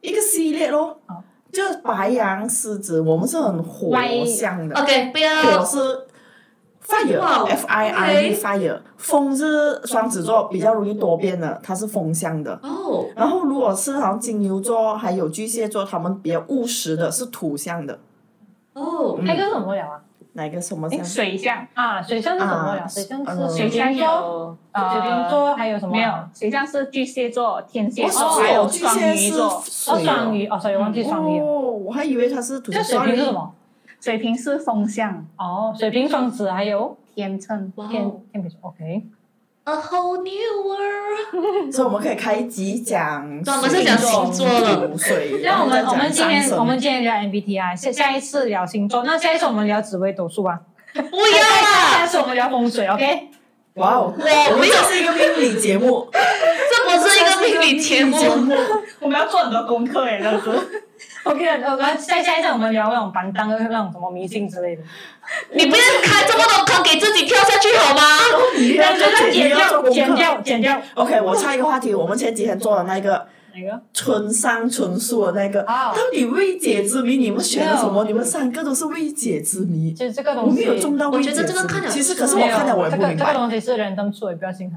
Speaker 3: 一个系列咯
Speaker 2: 哦，
Speaker 3: 就是白羊、狮子，我们是很火
Speaker 2: 歪
Speaker 3: 象的。
Speaker 1: OK，不
Speaker 3: 火
Speaker 1: 要
Speaker 3: 是 fire
Speaker 1: 哇
Speaker 3: F I R E
Speaker 1: OK
Speaker 3: fire，风是双子座比较容易多变
Speaker 1: 嗯
Speaker 3: 的，它是风象的。
Speaker 1: 哦，
Speaker 3: 然后如果是好像金牛座还有巨蟹座，他们比较务实的，是土象的。
Speaker 1: 哦，
Speaker 2: 还有一个是什么了啊？
Speaker 3: 哪一个什么
Speaker 4: 诶
Speaker 3: 象？
Speaker 4: 水象，
Speaker 2: 啊，水象是什么了？
Speaker 3: 啊
Speaker 2: 水象
Speaker 3: 呃
Speaker 2: 是
Speaker 4: 水象
Speaker 2: 瓶座，
Speaker 4: 有
Speaker 2: 水瓶
Speaker 4: 呃
Speaker 2: 座还有什么？啊
Speaker 4: 没有，水象是巨蟹座、天蝎
Speaker 3: 我
Speaker 4: 座，
Speaker 3: 手
Speaker 4: 还有
Speaker 3: 巨
Speaker 4: 双
Speaker 3: 蟹
Speaker 4: 鱼
Speaker 3: 是
Speaker 4: 座。
Speaker 2: 哦，
Speaker 3: 水
Speaker 2: 双
Speaker 3: 鱼。
Speaker 2: 鱼哦，sorry，忘记双鱼了。
Speaker 3: 哦，我还以为它是土
Speaker 2: 这
Speaker 3: 象。
Speaker 2: 水瓶是什么？
Speaker 4: 水瓶是风象、
Speaker 2: 哦，水瓶、双子还有
Speaker 4: 天秤。
Speaker 1: 哇
Speaker 2: 天
Speaker 1: 哦
Speaker 2: 天秤座。OK，
Speaker 1: ，A whole new world，
Speaker 3: 所以我们可以开一集讲。
Speaker 1: 对我们是讲星座了。
Speaker 3: 水。
Speaker 2: 那我
Speaker 3: 然
Speaker 2: 们
Speaker 3: 后
Speaker 2: 我
Speaker 3: 再
Speaker 2: 们今
Speaker 3: 讲
Speaker 2: 天
Speaker 3: 上升
Speaker 2: 我们今天聊 MBTI，下下一次聊星座，那下一次我们聊紫微斗数啊吧。
Speaker 1: 不要
Speaker 2: 下
Speaker 1: 啦
Speaker 2: 一，次我们聊风水，OK？
Speaker 3: 哇哦，
Speaker 1: 我
Speaker 3: 我
Speaker 1: 没
Speaker 3: 们
Speaker 1: 有
Speaker 3: 这是一个命理节目，
Speaker 1: 这不是一个命理节目。
Speaker 4: 我们要做很多功课哎，老师。
Speaker 2: OK，呃，然后下下一次我们聊那种板凳，那种什么迷信之类的。
Speaker 1: 你不要开这么多坑给自己跳下去好 吗？
Speaker 3: 你
Speaker 2: 然后
Speaker 3: 要做
Speaker 2: 剪
Speaker 3: 做
Speaker 2: 掉，
Speaker 3: 功
Speaker 2: 剪
Speaker 3: 课。
Speaker 2: 掉，剪掉。
Speaker 3: OK，我插一个话题，我们前几天做的那个
Speaker 2: 哪个？
Speaker 3: 春桑春树的那个，
Speaker 2: 啊
Speaker 3: 到底未解之谜，你们选了什么？你们三个都是未解之谜，
Speaker 2: 就这个
Speaker 3: 我
Speaker 2: 东西。
Speaker 3: 没有中到未解之
Speaker 1: 我觉得这个看
Speaker 3: 谜。
Speaker 1: 了
Speaker 3: 其实可是
Speaker 2: 没
Speaker 3: 我
Speaker 2: 有
Speaker 3: 看了我也
Speaker 2: 这
Speaker 3: 不
Speaker 2: 个
Speaker 3: 明
Speaker 2: 这个
Speaker 3: 白，
Speaker 2: 东西是人登出，也不要信他。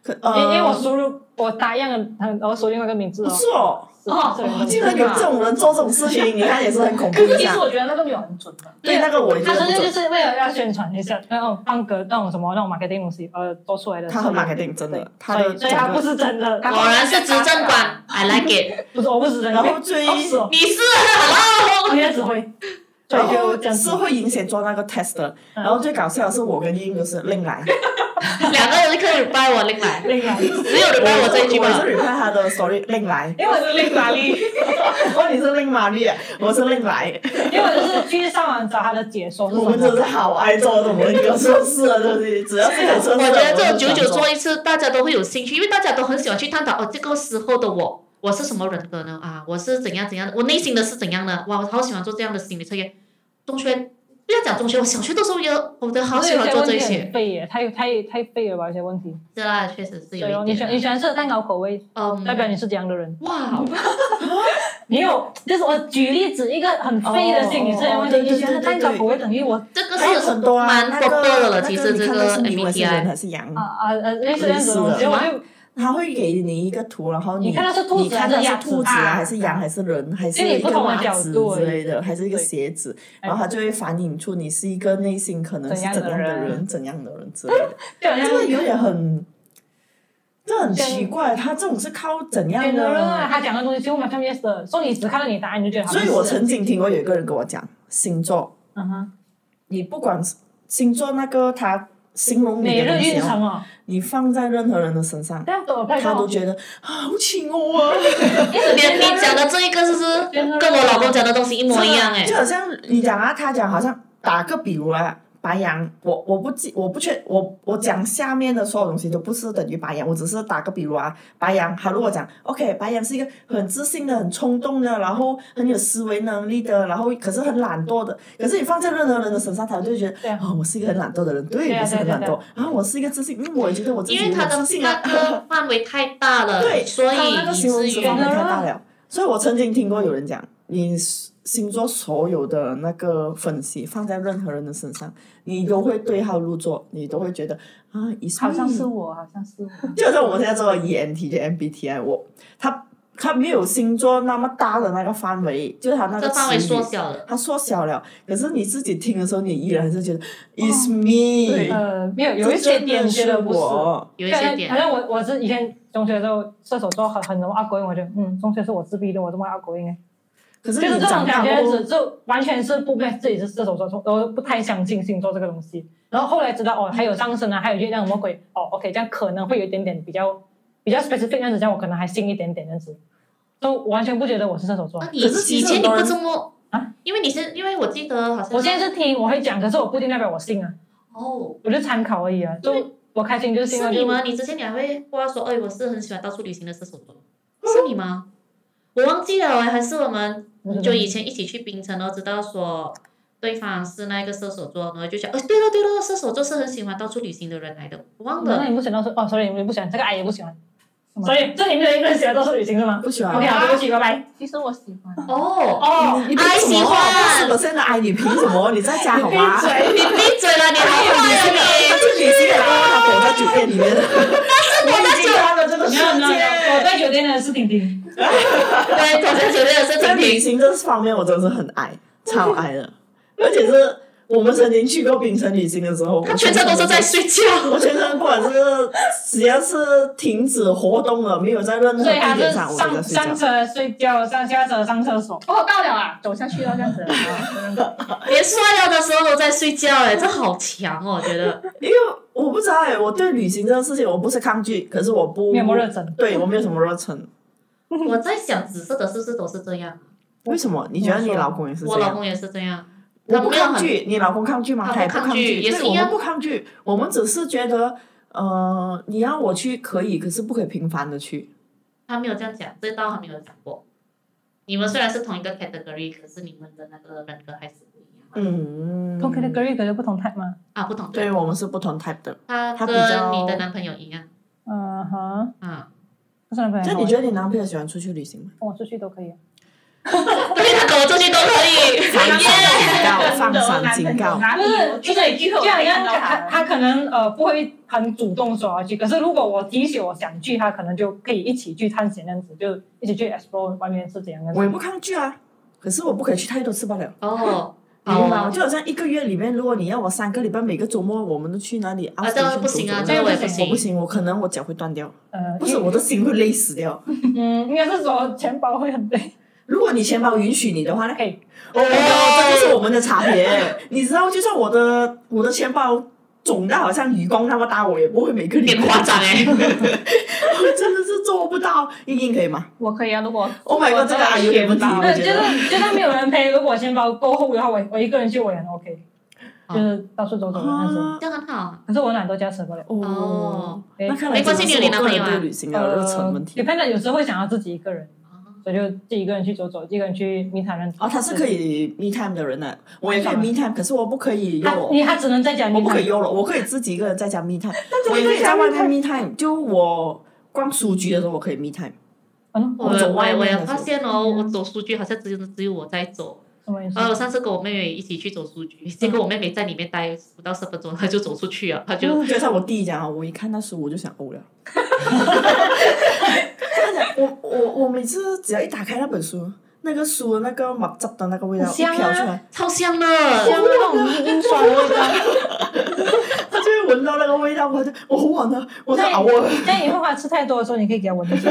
Speaker 3: 可
Speaker 2: 因
Speaker 3: 呃，
Speaker 2: 因为我输入我答应了，然后输另外一个名字哦。
Speaker 3: 是哦，
Speaker 2: 是知道这个人的
Speaker 3: 居然有这种人做这种事情，你看也是很恐 怖
Speaker 4: 可是
Speaker 3: 一
Speaker 4: 其
Speaker 3: 下
Speaker 4: 实。我觉得那个没有很准的，
Speaker 3: 对那个我也觉
Speaker 2: 他
Speaker 3: 得
Speaker 2: 纯
Speaker 3: 不
Speaker 2: 粹就
Speaker 3: 准，
Speaker 2: 是为了要宣传一下那种放歌那种什么那种 marketing 东西，呃，做出来的。
Speaker 3: 他很 marketing 真的
Speaker 2: 对
Speaker 3: 他
Speaker 2: 所
Speaker 3: 的
Speaker 2: 以所以他
Speaker 3: 整
Speaker 2: 不
Speaker 3: 个
Speaker 2: 是真的，
Speaker 4: 他
Speaker 2: 他
Speaker 1: 果然是执政官，I like it。
Speaker 2: 不是我不是真的。
Speaker 3: 然 后最
Speaker 2: 哦是哦
Speaker 1: 你是 hello，
Speaker 2: 我也只会，所
Speaker 3: 然
Speaker 2: 以就
Speaker 3: 后
Speaker 2: 这样子
Speaker 3: 是。会影响做那个 test 的。
Speaker 2: 嗯
Speaker 3: 然后最搞笑的是我跟英就是另 来，
Speaker 1: 两个人可以掰我拎来，
Speaker 2: 另外，
Speaker 1: 只有人掰我这一句
Speaker 3: 我是
Speaker 1: 吧。
Speaker 3: reply 他的 story 另来，
Speaker 4: 因为我是另玛丽，
Speaker 3: 哦你是另玛丽，我是另来，
Speaker 2: 因为我就是去上网找他的解说是
Speaker 3: 我
Speaker 2: 什
Speaker 3: 们真
Speaker 2: 么
Speaker 3: 是。好爱做这种人格测试啊，对不对？只要是有测
Speaker 1: 啊我
Speaker 3: 试的，
Speaker 1: 觉得这
Speaker 3: 们
Speaker 1: 种
Speaker 3: 就
Speaker 1: 久
Speaker 3: 想
Speaker 1: 久做一次，大家都会有兴趣，因为大家都很喜欢去探讨哦，这个时候的我，我是什么人格呢？啊，我是怎样怎样的，我内心的是怎样的？哇，我好喜欢做这样的心理测验。中学不要讲中学，我小学的时候也，我都好喜欢做这
Speaker 2: 有些问题
Speaker 1: 些
Speaker 2: 很。废耶，太太太废了吧？有些问题。
Speaker 1: 是啦，确实是
Speaker 2: 对哦，
Speaker 1: 有
Speaker 2: 你
Speaker 1: 一
Speaker 2: 喜欢你
Speaker 1: 点
Speaker 2: 喜欢吃蛋糕口味，
Speaker 1: 啊。
Speaker 2: 代表
Speaker 1: 嗯，
Speaker 2: 你是这样的人。
Speaker 1: 哇，
Speaker 2: 没有，就是我举例子一个很废的心理测验问
Speaker 3: 哦
Speaker 2: 题，
Speaker 3: 哦哦
Speaker 2: 你喜欢吃蛋糕口味等于我
Speaker 1: 这个
Speaker 3: 还有
Speaker 1: 是
Speaker 3: 很多啊，
Speaker 1: 蛮
Speaker 3: 那个
Speaker 1: proper 的了
Speaker 3: 那
Speaker 1: 其实
Speaker 3: 你看
Speaker 1: 这个
Speaker 3: 那是你以为是
Speaker 1: MBTI
Speaker 3: 人还是羊
Speaker 2: 啊？啊啊类似这样子的东西，
Speaker 1: 类似的
Speaker 2: 我就
Speaker 3: 他会给你一个图，然后
Speaker 2: 你看它是兔子
Speaker 3: 你看它
Speaker 2: 还是鸭
Speaker 3: 是
Speaker 2: 子
Speaker 3: 兔子
Speaker 4: 啊
Speaker 3: 啊，还是羊，还是人，还是一
Speaker 2: 不
Speaker 3: 个
Speaker 2: 同的
Speaker 3: 袜
Speaker 2: 角
Speaker 3: 子
Speaker 2: 度而
Speaker 3: 之
Speaker 2: 已
Speaker 3: 类的，还是一个
Speaker 2: 对
Speaker 3: 鞋子，然后它就会反映出你是一个内心可能是怎样的人，怎样的人之类的。
Speaker 2: 就好像
Speaker 3: 这个有点很，这很奇怪，他这种是靠怎样
Speaker 2: 有的人啊
Speaker 3: 的？
Speaker 2: 他讲的东西几乎完全 yes 的，所以你只看到你答案你就觉得他
Speaker 3: 所以
Speaker 2: 不
Speaker 3: 我
Speaker 2: 是
Speaker 3: 曾经听过有一个人跟我讲，星座，
Speaker 2: 嗯哼，
Speaker 3: 你不管是星座那个他形容你
Speaker 2: 每
Speaker 3: 的
Speaker 2: 日
Speaker 3: 东西
Speaker 2: 运
Speaker 3: 哦，
Speaker 2: 程哦，
Speaker 3: 你放在任何人的身上。
Speaker 2: 这样子我拍
Speaker 3: 他都
Speaker 2: 到，
Speaker 3: 觉得啊，好请我啊！
Speaker 1: 连你讲的这一个是不是跟我老公讲的东西一模一样哎
Speaker 3: 就？好像你讲啊，他讲好像打个比如啊，白羊，我我不记，我不确，我我讲下面的所有东西都不是等于白羊，我只是打个比如啊，白羊，他如果讲 OK，白羊是一个很自信的、很冲动的，然后很有思维能力的，然后可是很懒惰的，可是你放在任何人的身上，他就会觉
Speaker 2: 对
Speaker 3: 得
Speaker 2: 啊
Speaker 3: 哦，我是一个很懒惰的人，对
Speaker 2: 对啊
Speaker 3: 我是很懒
Speaker 2: 对啊对
Speaker 3: 惰，然后我是一个自信，嗯，我也觉得我自己
Speaker 1: 因为他
Speaker 3: 很
Speaker 1: 的
Speaker 3: 自信
Speaker 1: 那
Speaker 3: 啊，
Speaker 1: 个范围太大了，
Speaker 3: 对，
Speaker 1: 所以
Speaker 3: 他那个
Speaker 1: 以
Speaker 3: 形容
Speaker 1: 至
Speaker 3: 词
Speaker 1: 于
Speaker 3: 方面太大了。所以我曾经听过有人讲，你星座所有的那个分析放在任何人的身上，你都会对号入座，你都会觉得啊，一
Speaker 4: 好像是我，好像是我。
Speaker 3: 就像我们现在做的 E ENTJ、MBTI，我啊他他没有星座那么大的那个范围，就是他那个
Speaker 1: 这范围
Speaker 3: 词语
Speaker 1: 缩小了。
Speaker 3: 它缩小了，可是你自己听的时候，你依然是觉得 is me，
Speaker 2: 呃，没有有
Speaker 3: 这
Speaker 2: 一些
Speaker 3: 真
Speaker 2: 点
Speaker 3: 的
Speaker 2: 觉
Speaker 3: 是
Speaker 2: 得不是。
Speaker 3: 我，
Speaker 1: 有一些
Speaker 2: 好
Speaker 1: 点，
Speaker 2: 像我我是以前中学的时候，射手座很很容易 outgoing，我觉得嗯，中学是我自闭的，我这么 outgoing，哎
Speaker 3: 可是
Speaker 2: 就是
Speaker 3: 你
Speaker 2: 这种
Speaker 3: 长大
Speaker 2: 感觉
Speaker 3: 过后
Speaker 2: 只就完全是不被自己是射手座，从我不太相信星座这个东西。然后后来知道哦，还有上升啊，还有月亮魔鬼哦，OK，这样可能会有一点点比较比较 specific 这样子，这样我可能还信一点点这样子，都完全不觉得我是射手座
Speaker 1: 那。你
Speaker 3: 哦可是其
Speaker 1: 以
Speaker 3: 实
Speaker 1: 前
Speaker 3: 很
Speaker 1: 你
Speaker 3: 多
Speaker 1: 不
Speaker 3: 人
Speaker 1: 这么
Speaker 2: 啊？
Speaker 1: 因为你是因为我记得好像
Speaker 2: 我现在是听我会讲，可是我不一定代表我信啊，
Speaker 1: 哦，
Speaker 2: 我就参考而已啊，就我开心就信
Speaker 1: 是
Speaker 2: 了。
Speaker 1: 你
Speaker 2: 就
Speaker 1: 吗？你之前你还会挂说，哎，我是很喜欢到处旅行的射手座，是你吗？我忘记了，还是我们
Speaker 2: 我觉得
Speaker 1: 就以前一起去槟城，然后知道说对方是那个射手座，然后就想，哦，对了对了，射手座是很喜欢到处旅行的人来的，我忘
Speaker 2: 那
Speaker 3: 嗯
Speaker 1: 了。
Speaker 2: 你不喜欢说哦，sorry，你不喜欢这个 I 也不喜欢，
Speaker 4: 什么
Speaker 2: 所以这里面有一个人喜欢到处旅行是吗
Speaker 3: 不喜欢
Speaker 2: ？OK，好，对不起，拜拜。
Speaker 4: 其实我喜欢，
Speaker 1: 哦，
Speaker 2: 哦，
Speaker 3: 你凭什么
Speaker 1: 爱喜欢
Speaker 3: 不是我现在爱你凭什 么？你在家好吗？
Speaker 2: 闭
Speaker 1: 你闭嘴了，你好坏呀你！
Speaker 3: 这里是他躲在酒店里面，我已经看到这个世
Speaker 2: 没有没有，没有我
Speaker 3: 界。
Speaker 2: 在酒店的是婷婷，
Speaker 1: 对，同学姐妹的是
Speaker 3: 在
Speaker 1: 婷
Speaker 3: 旅
Speaker 1: 婷，
Speaker 3: 行这方面，我真的是很爱，超爱的。而且是我们曾经去过槟城旅行的时候，
Speaker 1: 她全程都是在睡觉。
Speaker 3: 我全程不管是只要是停止活动了，没有在任何
Speaker 2: 所以她
Speaker 3: 地
Speaker 2: 是
Speaker 3: 点上，我都
Speaker 2: 上
Speaker 3: 在睡觉
Speaker 2: 上。车睡觉，上下车上厕所。
Speaker 4: 哦，到了啊，走下去了这
Speaker 2: 哦
Speaker 4: 样子。
Speaker 1: 连刷牙的时候都在睡觉、哎，这好强哦，我觉得。
Speaker 3: 因为我不知道哎、我对旅行这个事情我不是抗拒，可是我不
Speaker 2: 没有什么热忱
Speaker 3: 对我没有什么热忱。
Speaker 1: 我在想，紫色的是不是都是这样？
Speaker 3: 为什么？你觉得你老公也是这
Speaker 1: 我
Speaker 3: 样
Speaker 1: 老？公也是这样，
Speaker 3: 我
Speaker 1: 他
Speaker 3: 不
Speaker 1: 没有
Speaker 3: 抗
Speaker 1: 很
Speaker 3: 拒，你老公抗拒吗？
Speaker 1: 他不
Speaker 3: 他也
Speaker 1: 抗
Speaker 3: 抗
Speaker 1: 拒也是
Speaker 3: 对，
Speaker 1: 一
Speaker 3: 我
Speaker 1: 样
Speaker 3: 们不抗拒，我们只是觉得，呃，你要我去可以，可是不可以频繁的去。
Speaker 1: 他没有这样讲，这道他没有讲过。你们虽然是同一个 category，可是你们的那个人格还是不一样
Speaker 3: 嗯，
Speaker 2: 同 category 哦可是不同 type 吗？
Speaker 1: 啊，不同。
Speaker 3: 对我们是不同 type 的。
Speaker 1: 他
Speaker 3: 他比
Speaker 1: 跟
Speaker 3: 较
Speaker 1: 你的男朋友一样
Speaker 2: 嗯哼，
Speaker 1: 啊，
Speaker 2: 不是男朋友。
Speaker 3: 那你觉得你男朋友喜欢出去旅行吗？
Speaker 2: 跟我出去都可以？
Speaker 1: 对他跟我出去都可以。
Speaker 3: 放闪
Speaker 1: 耶！
Speaker 3: 警告，放闪警告。
Speaker 4: 哪里有？就这一句
Speaker 2: 就
Speaker 4: 后
Speaker 2: 好
Speaker 4: 我
Speaker 2: 像
Speaker 4: 看到
Speaker 2: 他
Speaker 4: 他
Speaker 2: 他可能呃不会很主动说要去，可是如果我提起我想去，他可能就可以一起去探险这样子，就一起去 explore 外面是怎样的。
Speaker 3: 我也不抗拒啊，可是我不可以去太多次罢了。
Speaker 1: 哦，好
Speaker 3: 明白吗？
Speaker 1: 啊，
Speaker 3: 就好像一个月里面，如果你要我三个礼拜每个周末我们都去哪里啊
Speaker 1: 啊，这样不行啊，这样我也不
Speaker 3: 我
Speaker 1: 行
Speaker 3: 不。行，我可能我脚会断掉，
Speaker 2: 呃，
Speaker 3: 不是我的心会累死掉。
Speaker 2: 嗯，应该是说钱包会很累。
Speaker 3: 如果你钱包允许你的话呢？
Speaker 2: 嘿，
Speaker 3: 哦，这就是我们的差别。你知道，就算我的我的钱包肿到好像愚公那么大，我也不会每个礼
Speaker 1: 变
Speaker 3: 拜
Speaker 1: 夸张哎！
Speaker 3: 我 真的是做不到。英英可以吗
Speaker 4: 我可以啊，如果
Speaker 3: ？Oh my
Speaker 4: 我
Speaker 3: god，这个阿姨有点问题，
Speaker 4: 我
Speaker 3: 我
Speaker 2: 对，
Speaker 3: 觉
Speaker 2: 啊就
Speaker 3: 得。
Speaker 2: 是就算没有人陪，如果钱包够厚的话，我我一个人去我也很 OK，就是到处走走的那种。
Speaker 3: 啊
Speaker 1: 这样很好啊。
Speaker 2: 可是我懒惰驾驶不了。
Speaker 1: 哦
Speaker 3: 哦，那看来
Speaker 1: 没关系
Speaker 3: 真的是
Speaker 1: 你有
Speaker 3: 我个
Speaker 1: 男
Speaker 3: 人
Speaker 1: 朋友啊
Speaker 3: 对旅行的热忱问题。
Speaker 2: 呃、depend 有时候会想要自己一个人，所以就自己一个人去走走，一个人去密探人。
Speaker 3: 啊哦，他是可。以 me time 的人呢，啊我也可以 me time，可是我不可以
Speaker 2: 他
Speaker 3: 用。
Speaker 2: 啊
Speaker 3: 哦
Speaker 2: 你他只能在家
Speaker 3: 我
Speaker 2: 密
Speaker 3: 不
Speaker 2: 探
Speaker 3: 可以。用了，我可以自己一个人在家 me time，我也可以在外面 me time。就我逛书局的时候，我可以 me time。
Speaker 2: 嗯，
Speaker 1: 我
Speaker 2: 我
Speaker 3: 走
Speaker 1: 我
Speaker 3: 外
Speaker 1: 也我
Speaker 3: 面
Speaker 1: 也
Speaker 3: 的时
Speaker 1: 发
Speaker 3: 候嗯
Speaker 1: 现哦，我走数据好像只有只有我在走。
Speaker 2: 什么意思
Speaker 3: 啊
Speaker 1: 然？后我上次跟我妹妹一起去走数据，结果我妹妹在里面待不到十分钟，她就走出去了，她就
Speaker 3: 就像我弟讲啊，我一看到书我就想呕了。他讲我我我每次只要一打开那本书，那个书的那个麻汁的那个味道一
Speaker 2: 香
Speaker 3: 飘
Speaker 2: 啊
Speaker 3: 出来，
Speaker 1: 超香的。
Speaker 2: 像那种印刷的味道。
Speaker 3: 他就会闻到那个味道，我就我好晚了，我在啊
Speaker 2: 那
Speaker 3: 熬了，
Speaker 2: 那以后他吃太多的时候，你可以给他闻一下，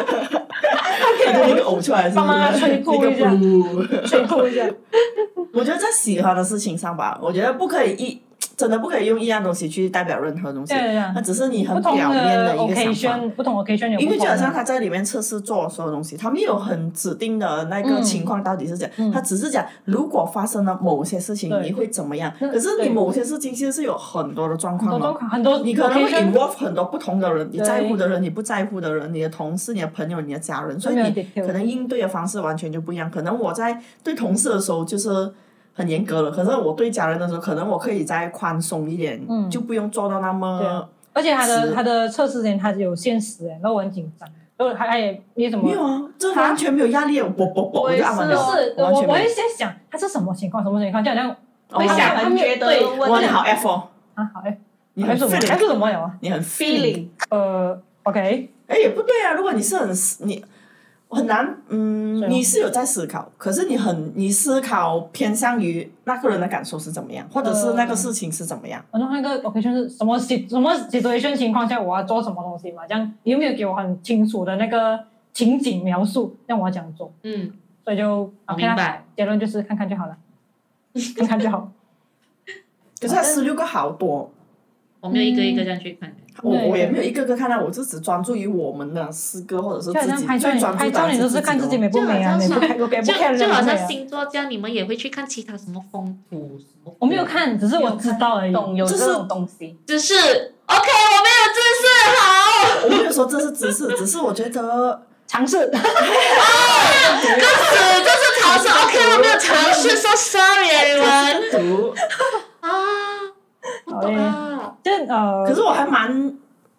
Speaker 3: 他就会呕出来，是不
Speaker 2: 帮忙他
Speaker 3: 是？
Speaker 2: 吹哭一下
Speaker 3: 那个噗
Speaker 2: 吹吐一下。
Speaker 3: 我觉得在喜欢的事情上吧，我觉得不可以一真的不可以用一样东西去代表任何东西
Speaker 2: 对，对
Speaker 3: 那
Speaker 2: 对，
Speaker 3: 只是你
Speaker 2: 不
Speaker 3: 很
Speaker 2: 同
Speaker 3: 表面
Speaker 2: 的
Speaker 3: 一个想法。
Speaker 2: occasion，不同 occasion 有不同的。
Speaker 3: 因为就好像他在里面测试做所有东西，他没有很指定的那个
Speaker 2: 嗯
Speaker 3: 情况到底是怎样，
Speaker 2: 嗯
Speaker 3: 他只是讲如果发生了某些事情
Speaker 2: 对
Speaker 3: 你会怎么样。
Speaker 2: 那
Speaker 3: 可是你
Speaker 2: 对
Speaker 3: 某些事情其实是有很多的状
Speaker 2: 很
Speaker 3: 况
Speaker 2: 多
Speaker 3: 的，
Speaker 2: 种很多
Speaker 3: 你可能会
Speaker 2: occasion
Speaker 3: involve 很多不同的人，你
Speaker 2: 对
Speaker 3: 在乎的人，你不在乎的人，你的同事、你的朋友、你的家人，所以
Speaker 2: 没有
Speaker 3: 你
Speaker 2: detail
Speaker 3: 可能应对的方式完全就不一样。可能我在对同事的时候就是很严格了，可是我对家人的时候，可能我可以再宽松一点，
Speaker 2: 嗯
Speaker 3: 就不用做到那
Speaker 2: 对
Speaker 3: 么
Speaker 2: 啊。而且他的
Speaker 3: 是
Speaker 2: 他的测试前他有限时哎，那我很紧张，然后他他也没什么
Speaker 3: 没。有啊，这完全没有压力，我我我
Speaker 4: 我
Speaker 3: 我
Speaker 4: 也
Speaker 3: 就是按完
Speaker 2: 不
Speaker 3: 了，
Speaker 4: 哦
Speaker 2: 是，
Speaker 3: 完
Speaker 2: 我
Speaker 3: 全
Speaker 2: 我
Speaker 3: 没
Speaker 2: 会
Speaker 3: 有。
Speaker 2: 先想他是什么情况，什么情况，就好像
Speaker 3: 哦
Speaker 4: 会想
Speaker 2: 他
Speaker 4: 很
Speaker 2: 们
Speaker 4: 觉得
Speaker 2: 对
Speaker 3: 哇，你
Speaker 4: 问
Speaker 3: 好 F 哦，
Speaker 2: 啊，好哎，
Speaker 3: 你
Speaker 2: 还
Speaker 3: 很
Speaker 2: 是什么？还
Speaker 3: feeling，
Speaker 2: 是什么有啊？
Speaker 3: 你很 feeling。
Speaker 4: feeling，
Speaker 2: 呃，OK，
Speaker 3: 哎，也不对啊，如果你是很你很难，
Speaker 2: 对
Speaker 3: 嗯，
Speaker 2: 哦
Speaker 3: 你是有在思考，可是你很你思考偏向于那个人的感受是怎么样，或者是那个事情是怎么样。
Speaker 2: 然后那个 occasion 是什么 si- 什么 situation 情况下我要做什么东西嘛？这样你有没有给我很清楚的那个情景描述，让我讲做？
Speaker 1: 嗯，
Speaker 2: 所以就
Speaker 1: 我
Speaker 2: OK
Speaker 1: 明
Speaker 2: 啦，
Speaker 1: 白。
Speaker 2: 结论就是看看就好了，看看就 好。
Speaker 3: 可是他十六个好多，
Speaker 1: 我没有一个一个这样去看。
Speaker 3: 我
Speaker 2: 对
Speaker 3: 我也没有一个个看到，我就只专注于我们的四个或者是
Speaker 2: 就好
Speaker 3: 自
Speaker 2: 像
Speaker 3: 己哦
Speaker 2: 拍照
Speaker 3: 最
Speaker 2: 你
Speaker 3: 专
Speaker 2: 拍
Speaker 3: 注
Speaker 2: 照
Speaker 3: 的
Speaker 2: 你都是看自己美不美啊，美
Speaker 1: 就好
Speaker 2: 不
Speaker 1: 像
Speaker 2: 美不美不
Speaker 1: 就
Speaker 2: 漂
Speaker 1: 就
Speaker 2: 亮
Speaker 1: 好
Speaker 2: 美
Speaker 1: 像
Speaker 2: 啊。
Speaker 1: 星座这样，你们也会去看其他什么风土什么？
Speaker 2: 我没有，看，只是我知道而已。
Speaker 4: 懂有
Speaker 3: 就
Speaker 4: 这
Speaker 3: 是
Speaker 4: 种东西，
Speaker 1: 只是 OK，我没有知识，好，
Speaker 3: 我没有说这是知识，只是我觉得
Speaker 2: 尝试，
Speaker 1: 只就是尝试 OK，我没有尝试，so sorry
Speaker 3: 我
Speaker 1: everyone
Speaker 3: 是读，
Speaker 1: 啊，不
Speaker 2: 好
Speaker 1: 懂
Speaker 2: 嘞。
Speaker 1: 啊，
Speaker 2: 就呃，
Speaker 3: 可是我还蛮，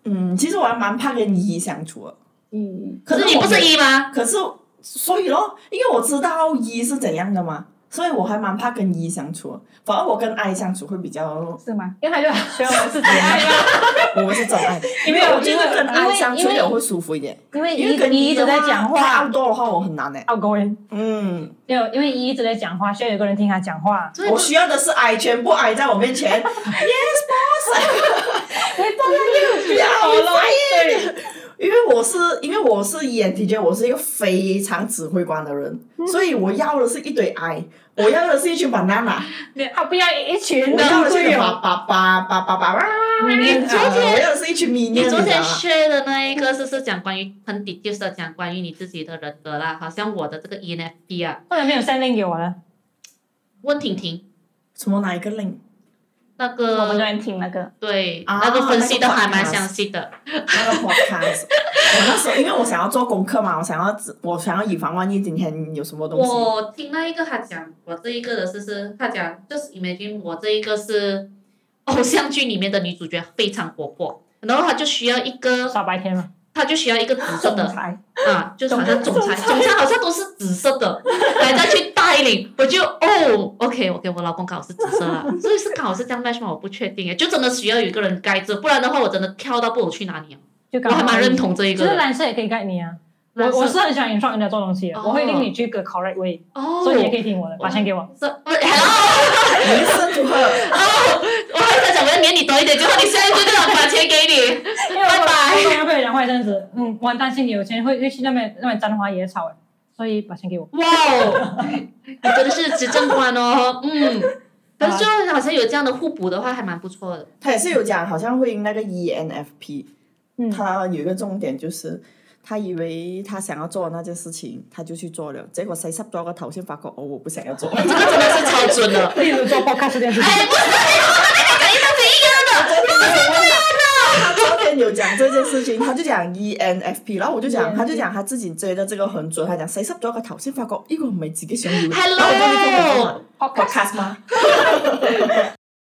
Speaker 3: 嗯，其实我还蛮怕跟姨相处的。
Speaker 2: 嗯，
Speaker 1: 可是你
Speaker 3: 我
Speaker 1: 不是
Speaker 3: 没
Speaker 1: 一吗？
Speaker 3: 可是，所以咯，因为我知道一是怎样的嘛，所以我还蛮怕跟一相处。反而我跟 I 相处会比较，
Speaker 4: 是吗？
Speaker 2: 因为他 就喜欢我 自己爱啊，
Speaker 3: 我们是真爱。
Speaker 2: 因为
Speaker 3: 我觉得跟 I 相
Speaker 2: 因
Speaker 3: 处
Speaker 2: 为
Speaker 3: 也会舒服一点，
Speaker 2: 因为
Speaker 3: 因为
Speaker 2: 因为
Speaker 3: 跟
Speaker 2: 一一直
Speaker 3: 的
Speaker 2: 在
Speaker 3: 话
Speaker 2: 讲
Speaker 3: 太
Speaker 2: 话
Speaker 3: 多的话我很难诶。欸
Speaker 2: ，outgoing，
Speaker 3: 嗯，
Speaker 2: 没有，因为一一直在讲话，需要有个人听他讲话。
Speaker 1: 所以
Speaker 3: 我需要的是 I，全部 I 在我 面前。
Speaker 2: 你不
Speaker 3: 要
Speaker 2: 要了，对，
Speaker 3: 因为我是因为我是 ENTJ，我是一个非常指挥官的人，
Speaker 1: 嗯
Speaker 3: 所以我要的是一堆 I，我要的是一 群 banana，
Speaker 2: 他不要一群
Speaker 3: 我
Speaker 2: 的
Speaker 3: 要的是一
Speaker 2: 队
Speaker 3: 群
Speaker 2: 友
Speaker 3: 叭。叭叭叭叭叭叭，
Speaker 1: 你昨天
Speaker 3: 啊我要的是一群 minion，
Speaker 1: 你昨
Speaker 3: 知道
Speaker 1: 天
Speaker 3: 吗
Speaker 1: share 的那一个是是讲关于很 d e t a i l 的讲关于你自己的人格啦，好像我的这个 ENFP 啊，
Speaker 2: 后来没有 send link 给我了，
Speaker 1: 问婷婷
Speaker 3: 什么哪一个 link？
Speaker 1: 那
Speaker 4: 我们昨
Speaker 1: 个
Speaker 4: 天听那
Speaker 2: 嗯
Speaker 4: 个，
Speaker 1: 对
Speaker 3: 啊
Speaker 1: 那个分析的还蛮
Speaker 3: 那个 podcast
Speaker 1: 详细的，
Speaker 3: 那个 podcast，我那时候因为我想要做功课嘛，我想要知我想要以防万一今天有什么东西，
Speaker 1: 我听那一个他讲，我这一个的是是，他讲就是 imagine 我这一个是偶像剧里面的女主角非常活泼，然后她就需要一个，
Speaker 2: 傻白甜嘛，
Speaker 1: 她就需要一个紫色的
Speaker 4: 总裁，
Speaker 1: 啊，就是好像总裁，总裁好像都是紫色的，来再去带领，我就哦，OK，我给我老公刚好是紫色啦，所以是刚好是这样 match 吗？我不确定耶，就真的需要有一个人盖着，不然的话我真的跳到不懂去哪里啊。
Speaker 2: 就
Speaker 1: 我
Speaker 2: 刚好
Speaker 1: 还蛮认，同这一
Speaker 2: 其
Speaker 1: 个
Speaker 2: 实
Speaker 1: 的。
Speaker 2: 蓝色也可以盖你啊。我
Speaker 1: 蓝色
Speaker 2: 我是很喜欢 instruct 人家做东西的，
Speaker 1: 哦
Speaker 2: 我会令你去 the correct way，
Speaker 1: 哦，
Speaker 2: 所以你也可以听我的，把钱给我。
Speaker 1: 这不是 hello，
Speaker 3: 你是如何？
Speaker 1: 哦我还想讲我要撵你多一点，结果你现在就这样把钱给你，
Speaker 2: 因为
Speaker 1: 拜
Speaker 2: 我
Speaker 1: 拜
Speaker 2: 我跟我朋友讲话一阵子，嗯，我很担心你有钱会会去那边那边沾花野草，欸所以把钱给我。
Speaker 1: 哇哦，你真的是执政官哦，嗯，但是就好像有这样的互补的话，还蛮不错的。
Speaker 3: 他也是有讲，好像会那个 E ENFP，
Speaker 2: 嗯，
Speaker 3: 他有一个重点就是，他以为他想要做的那件事情，他就去做了，结果谁濕咗個頭先發覺，哦，我不想要做。
Speaker 1: 这个真的是超准的。
Speaker 2: 例如做 podcast 这件事情，
Speaker 1: 哎，不是，讲一张嘴一个人的。
Speaker 3: 他昨天有讲这件事情，他就讲 E ENFP，然后我就讲，他就讲他自己觉得這個很準，他講谁濕咗個頭先發覺，呢個唔係自己想要嘅。
Speaker 1: Hello
Speaker 3: 然哦後我就立刻回覆他 Podcast 吗？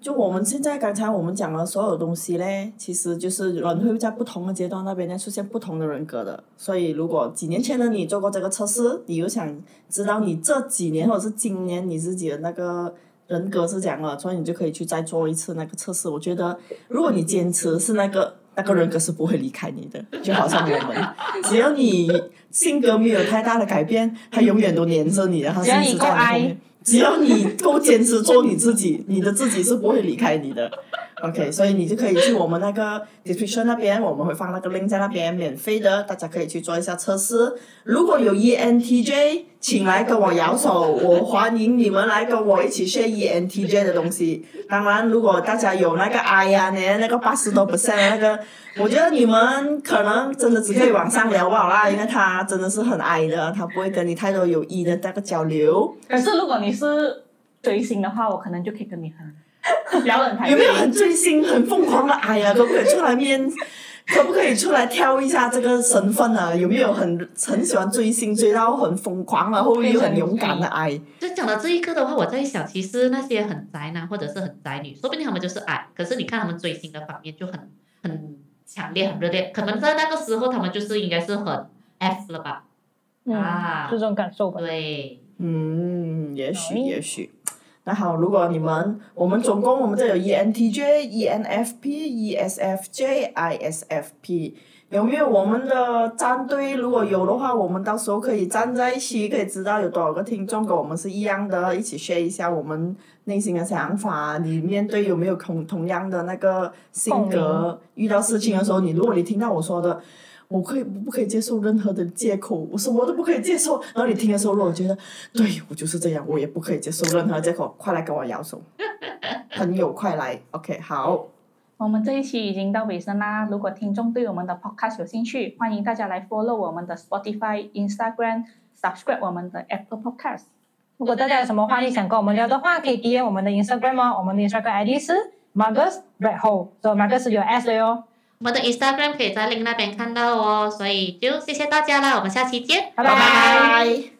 Speaker 3: 就我们现在刚才我们讲的所有东西嘞，其实就是人会在不同的阶段那边呢出现不同的人格的。所以，如果几年前的你做过这个测试，你又想知道你这几年或者是今年你自己的那个人格是怎样的，所以你就可以去再做一次那个测试。我觉得，如果你坚持是那个那个人格是不会离开你的，就好像我们， 只要你性格没有太大的改变，他永远都黏着你的，他
Speaker 4: 只要
Speaker 3: 是
Speaker 4: 你
Speaker 3: 一直在
Speaker 4: 够
Speaker 3: 你后面
Speaker 4: 爱。
Speaker 3: 只要你够坚持做你自己，你的自己是不会离开你的。OK，所以你就可以去我们那个 description 那边，我们会放那个 link 在那边，免费的，大家可以去做一下测试。如果有 E ENTJ，请来跟我摇手，我欢迎你们来跟我一起 E 学 ENTJ 的东西。当然，如果大家有那个 I 呀、那那个八十多 percent 那个，我觉得你们可能真的只可以往上聊吧啦，因为他真的是很 I 的，他不会跟你太多有 E 的那个交流。
Speaker 4: 可是如果你是追星的话，我可能就可以跟你很 聊得很开
Speaker 3: 有
Speaker 4: 心
Speaker 3: 没。有很追星、很疯狂的？哎呀，可不可以出来面？可不可以出来挑一下这个身份啊？有没有很很喜欢追星，追到很疯狂 啊，或者又很勇敢的爱？
Speaker 1: 就讲到这一个的话，我在想，其实那些很宅男或者是很宅女，说不定他们就是矮，可是你看他们追星的方面就很很强烈、很热烈，可能在那个时候他们就是应该是很 F 了吧？
Speaker 2: 嗯，
Speaker 1: 啊
Speaker 2: 就，这种感受吧。
Speaker 1: 对，
Speaker 3: 嗯，也许，
Speaker 2: 哎
Speaker 3: 也许。那好，如果你们我们总共我们这有 E ENTJ、ENFP、ESFJ、ISFP，有没有我们的战队？如果有的话，我们到时候可以站在一起，可以知道有多少个听众跟我们是一样的，一起 share 一下我们内心的想法。你面对有没有同同样的那个性格？遇到事情的时候，你如果你听到我说的。我可以我不可以接受任何的借口？我什么都不可以接受。然后你听的时候，如果觉得对我就是这样，我也不可以接受任何借口，快来跟我摇手，朋友快来，OK，好，
Speaker 4: 我们这一期已经到尾声啦，如果听众对我们的 podcast 有兴趣，欢迎大家来 follow 我们的 Spotify、Instagram、subscribe 我们的 Apple Podcast。
Speaker 2: 如果大家有什么话题想跟我们聊的话，可以 DM 我们的 Instagram 哦，我们的 Instagram ID 是 Marcus Red Hole，所以 Marcus 有 S 的哟。
Speaker 1: 我们的 Instagram 可以在 link 那边看到哦，所以就谢谢大家啦，我们下期见，
Speaker 2: 拜拜
Speaker 3: 拜拜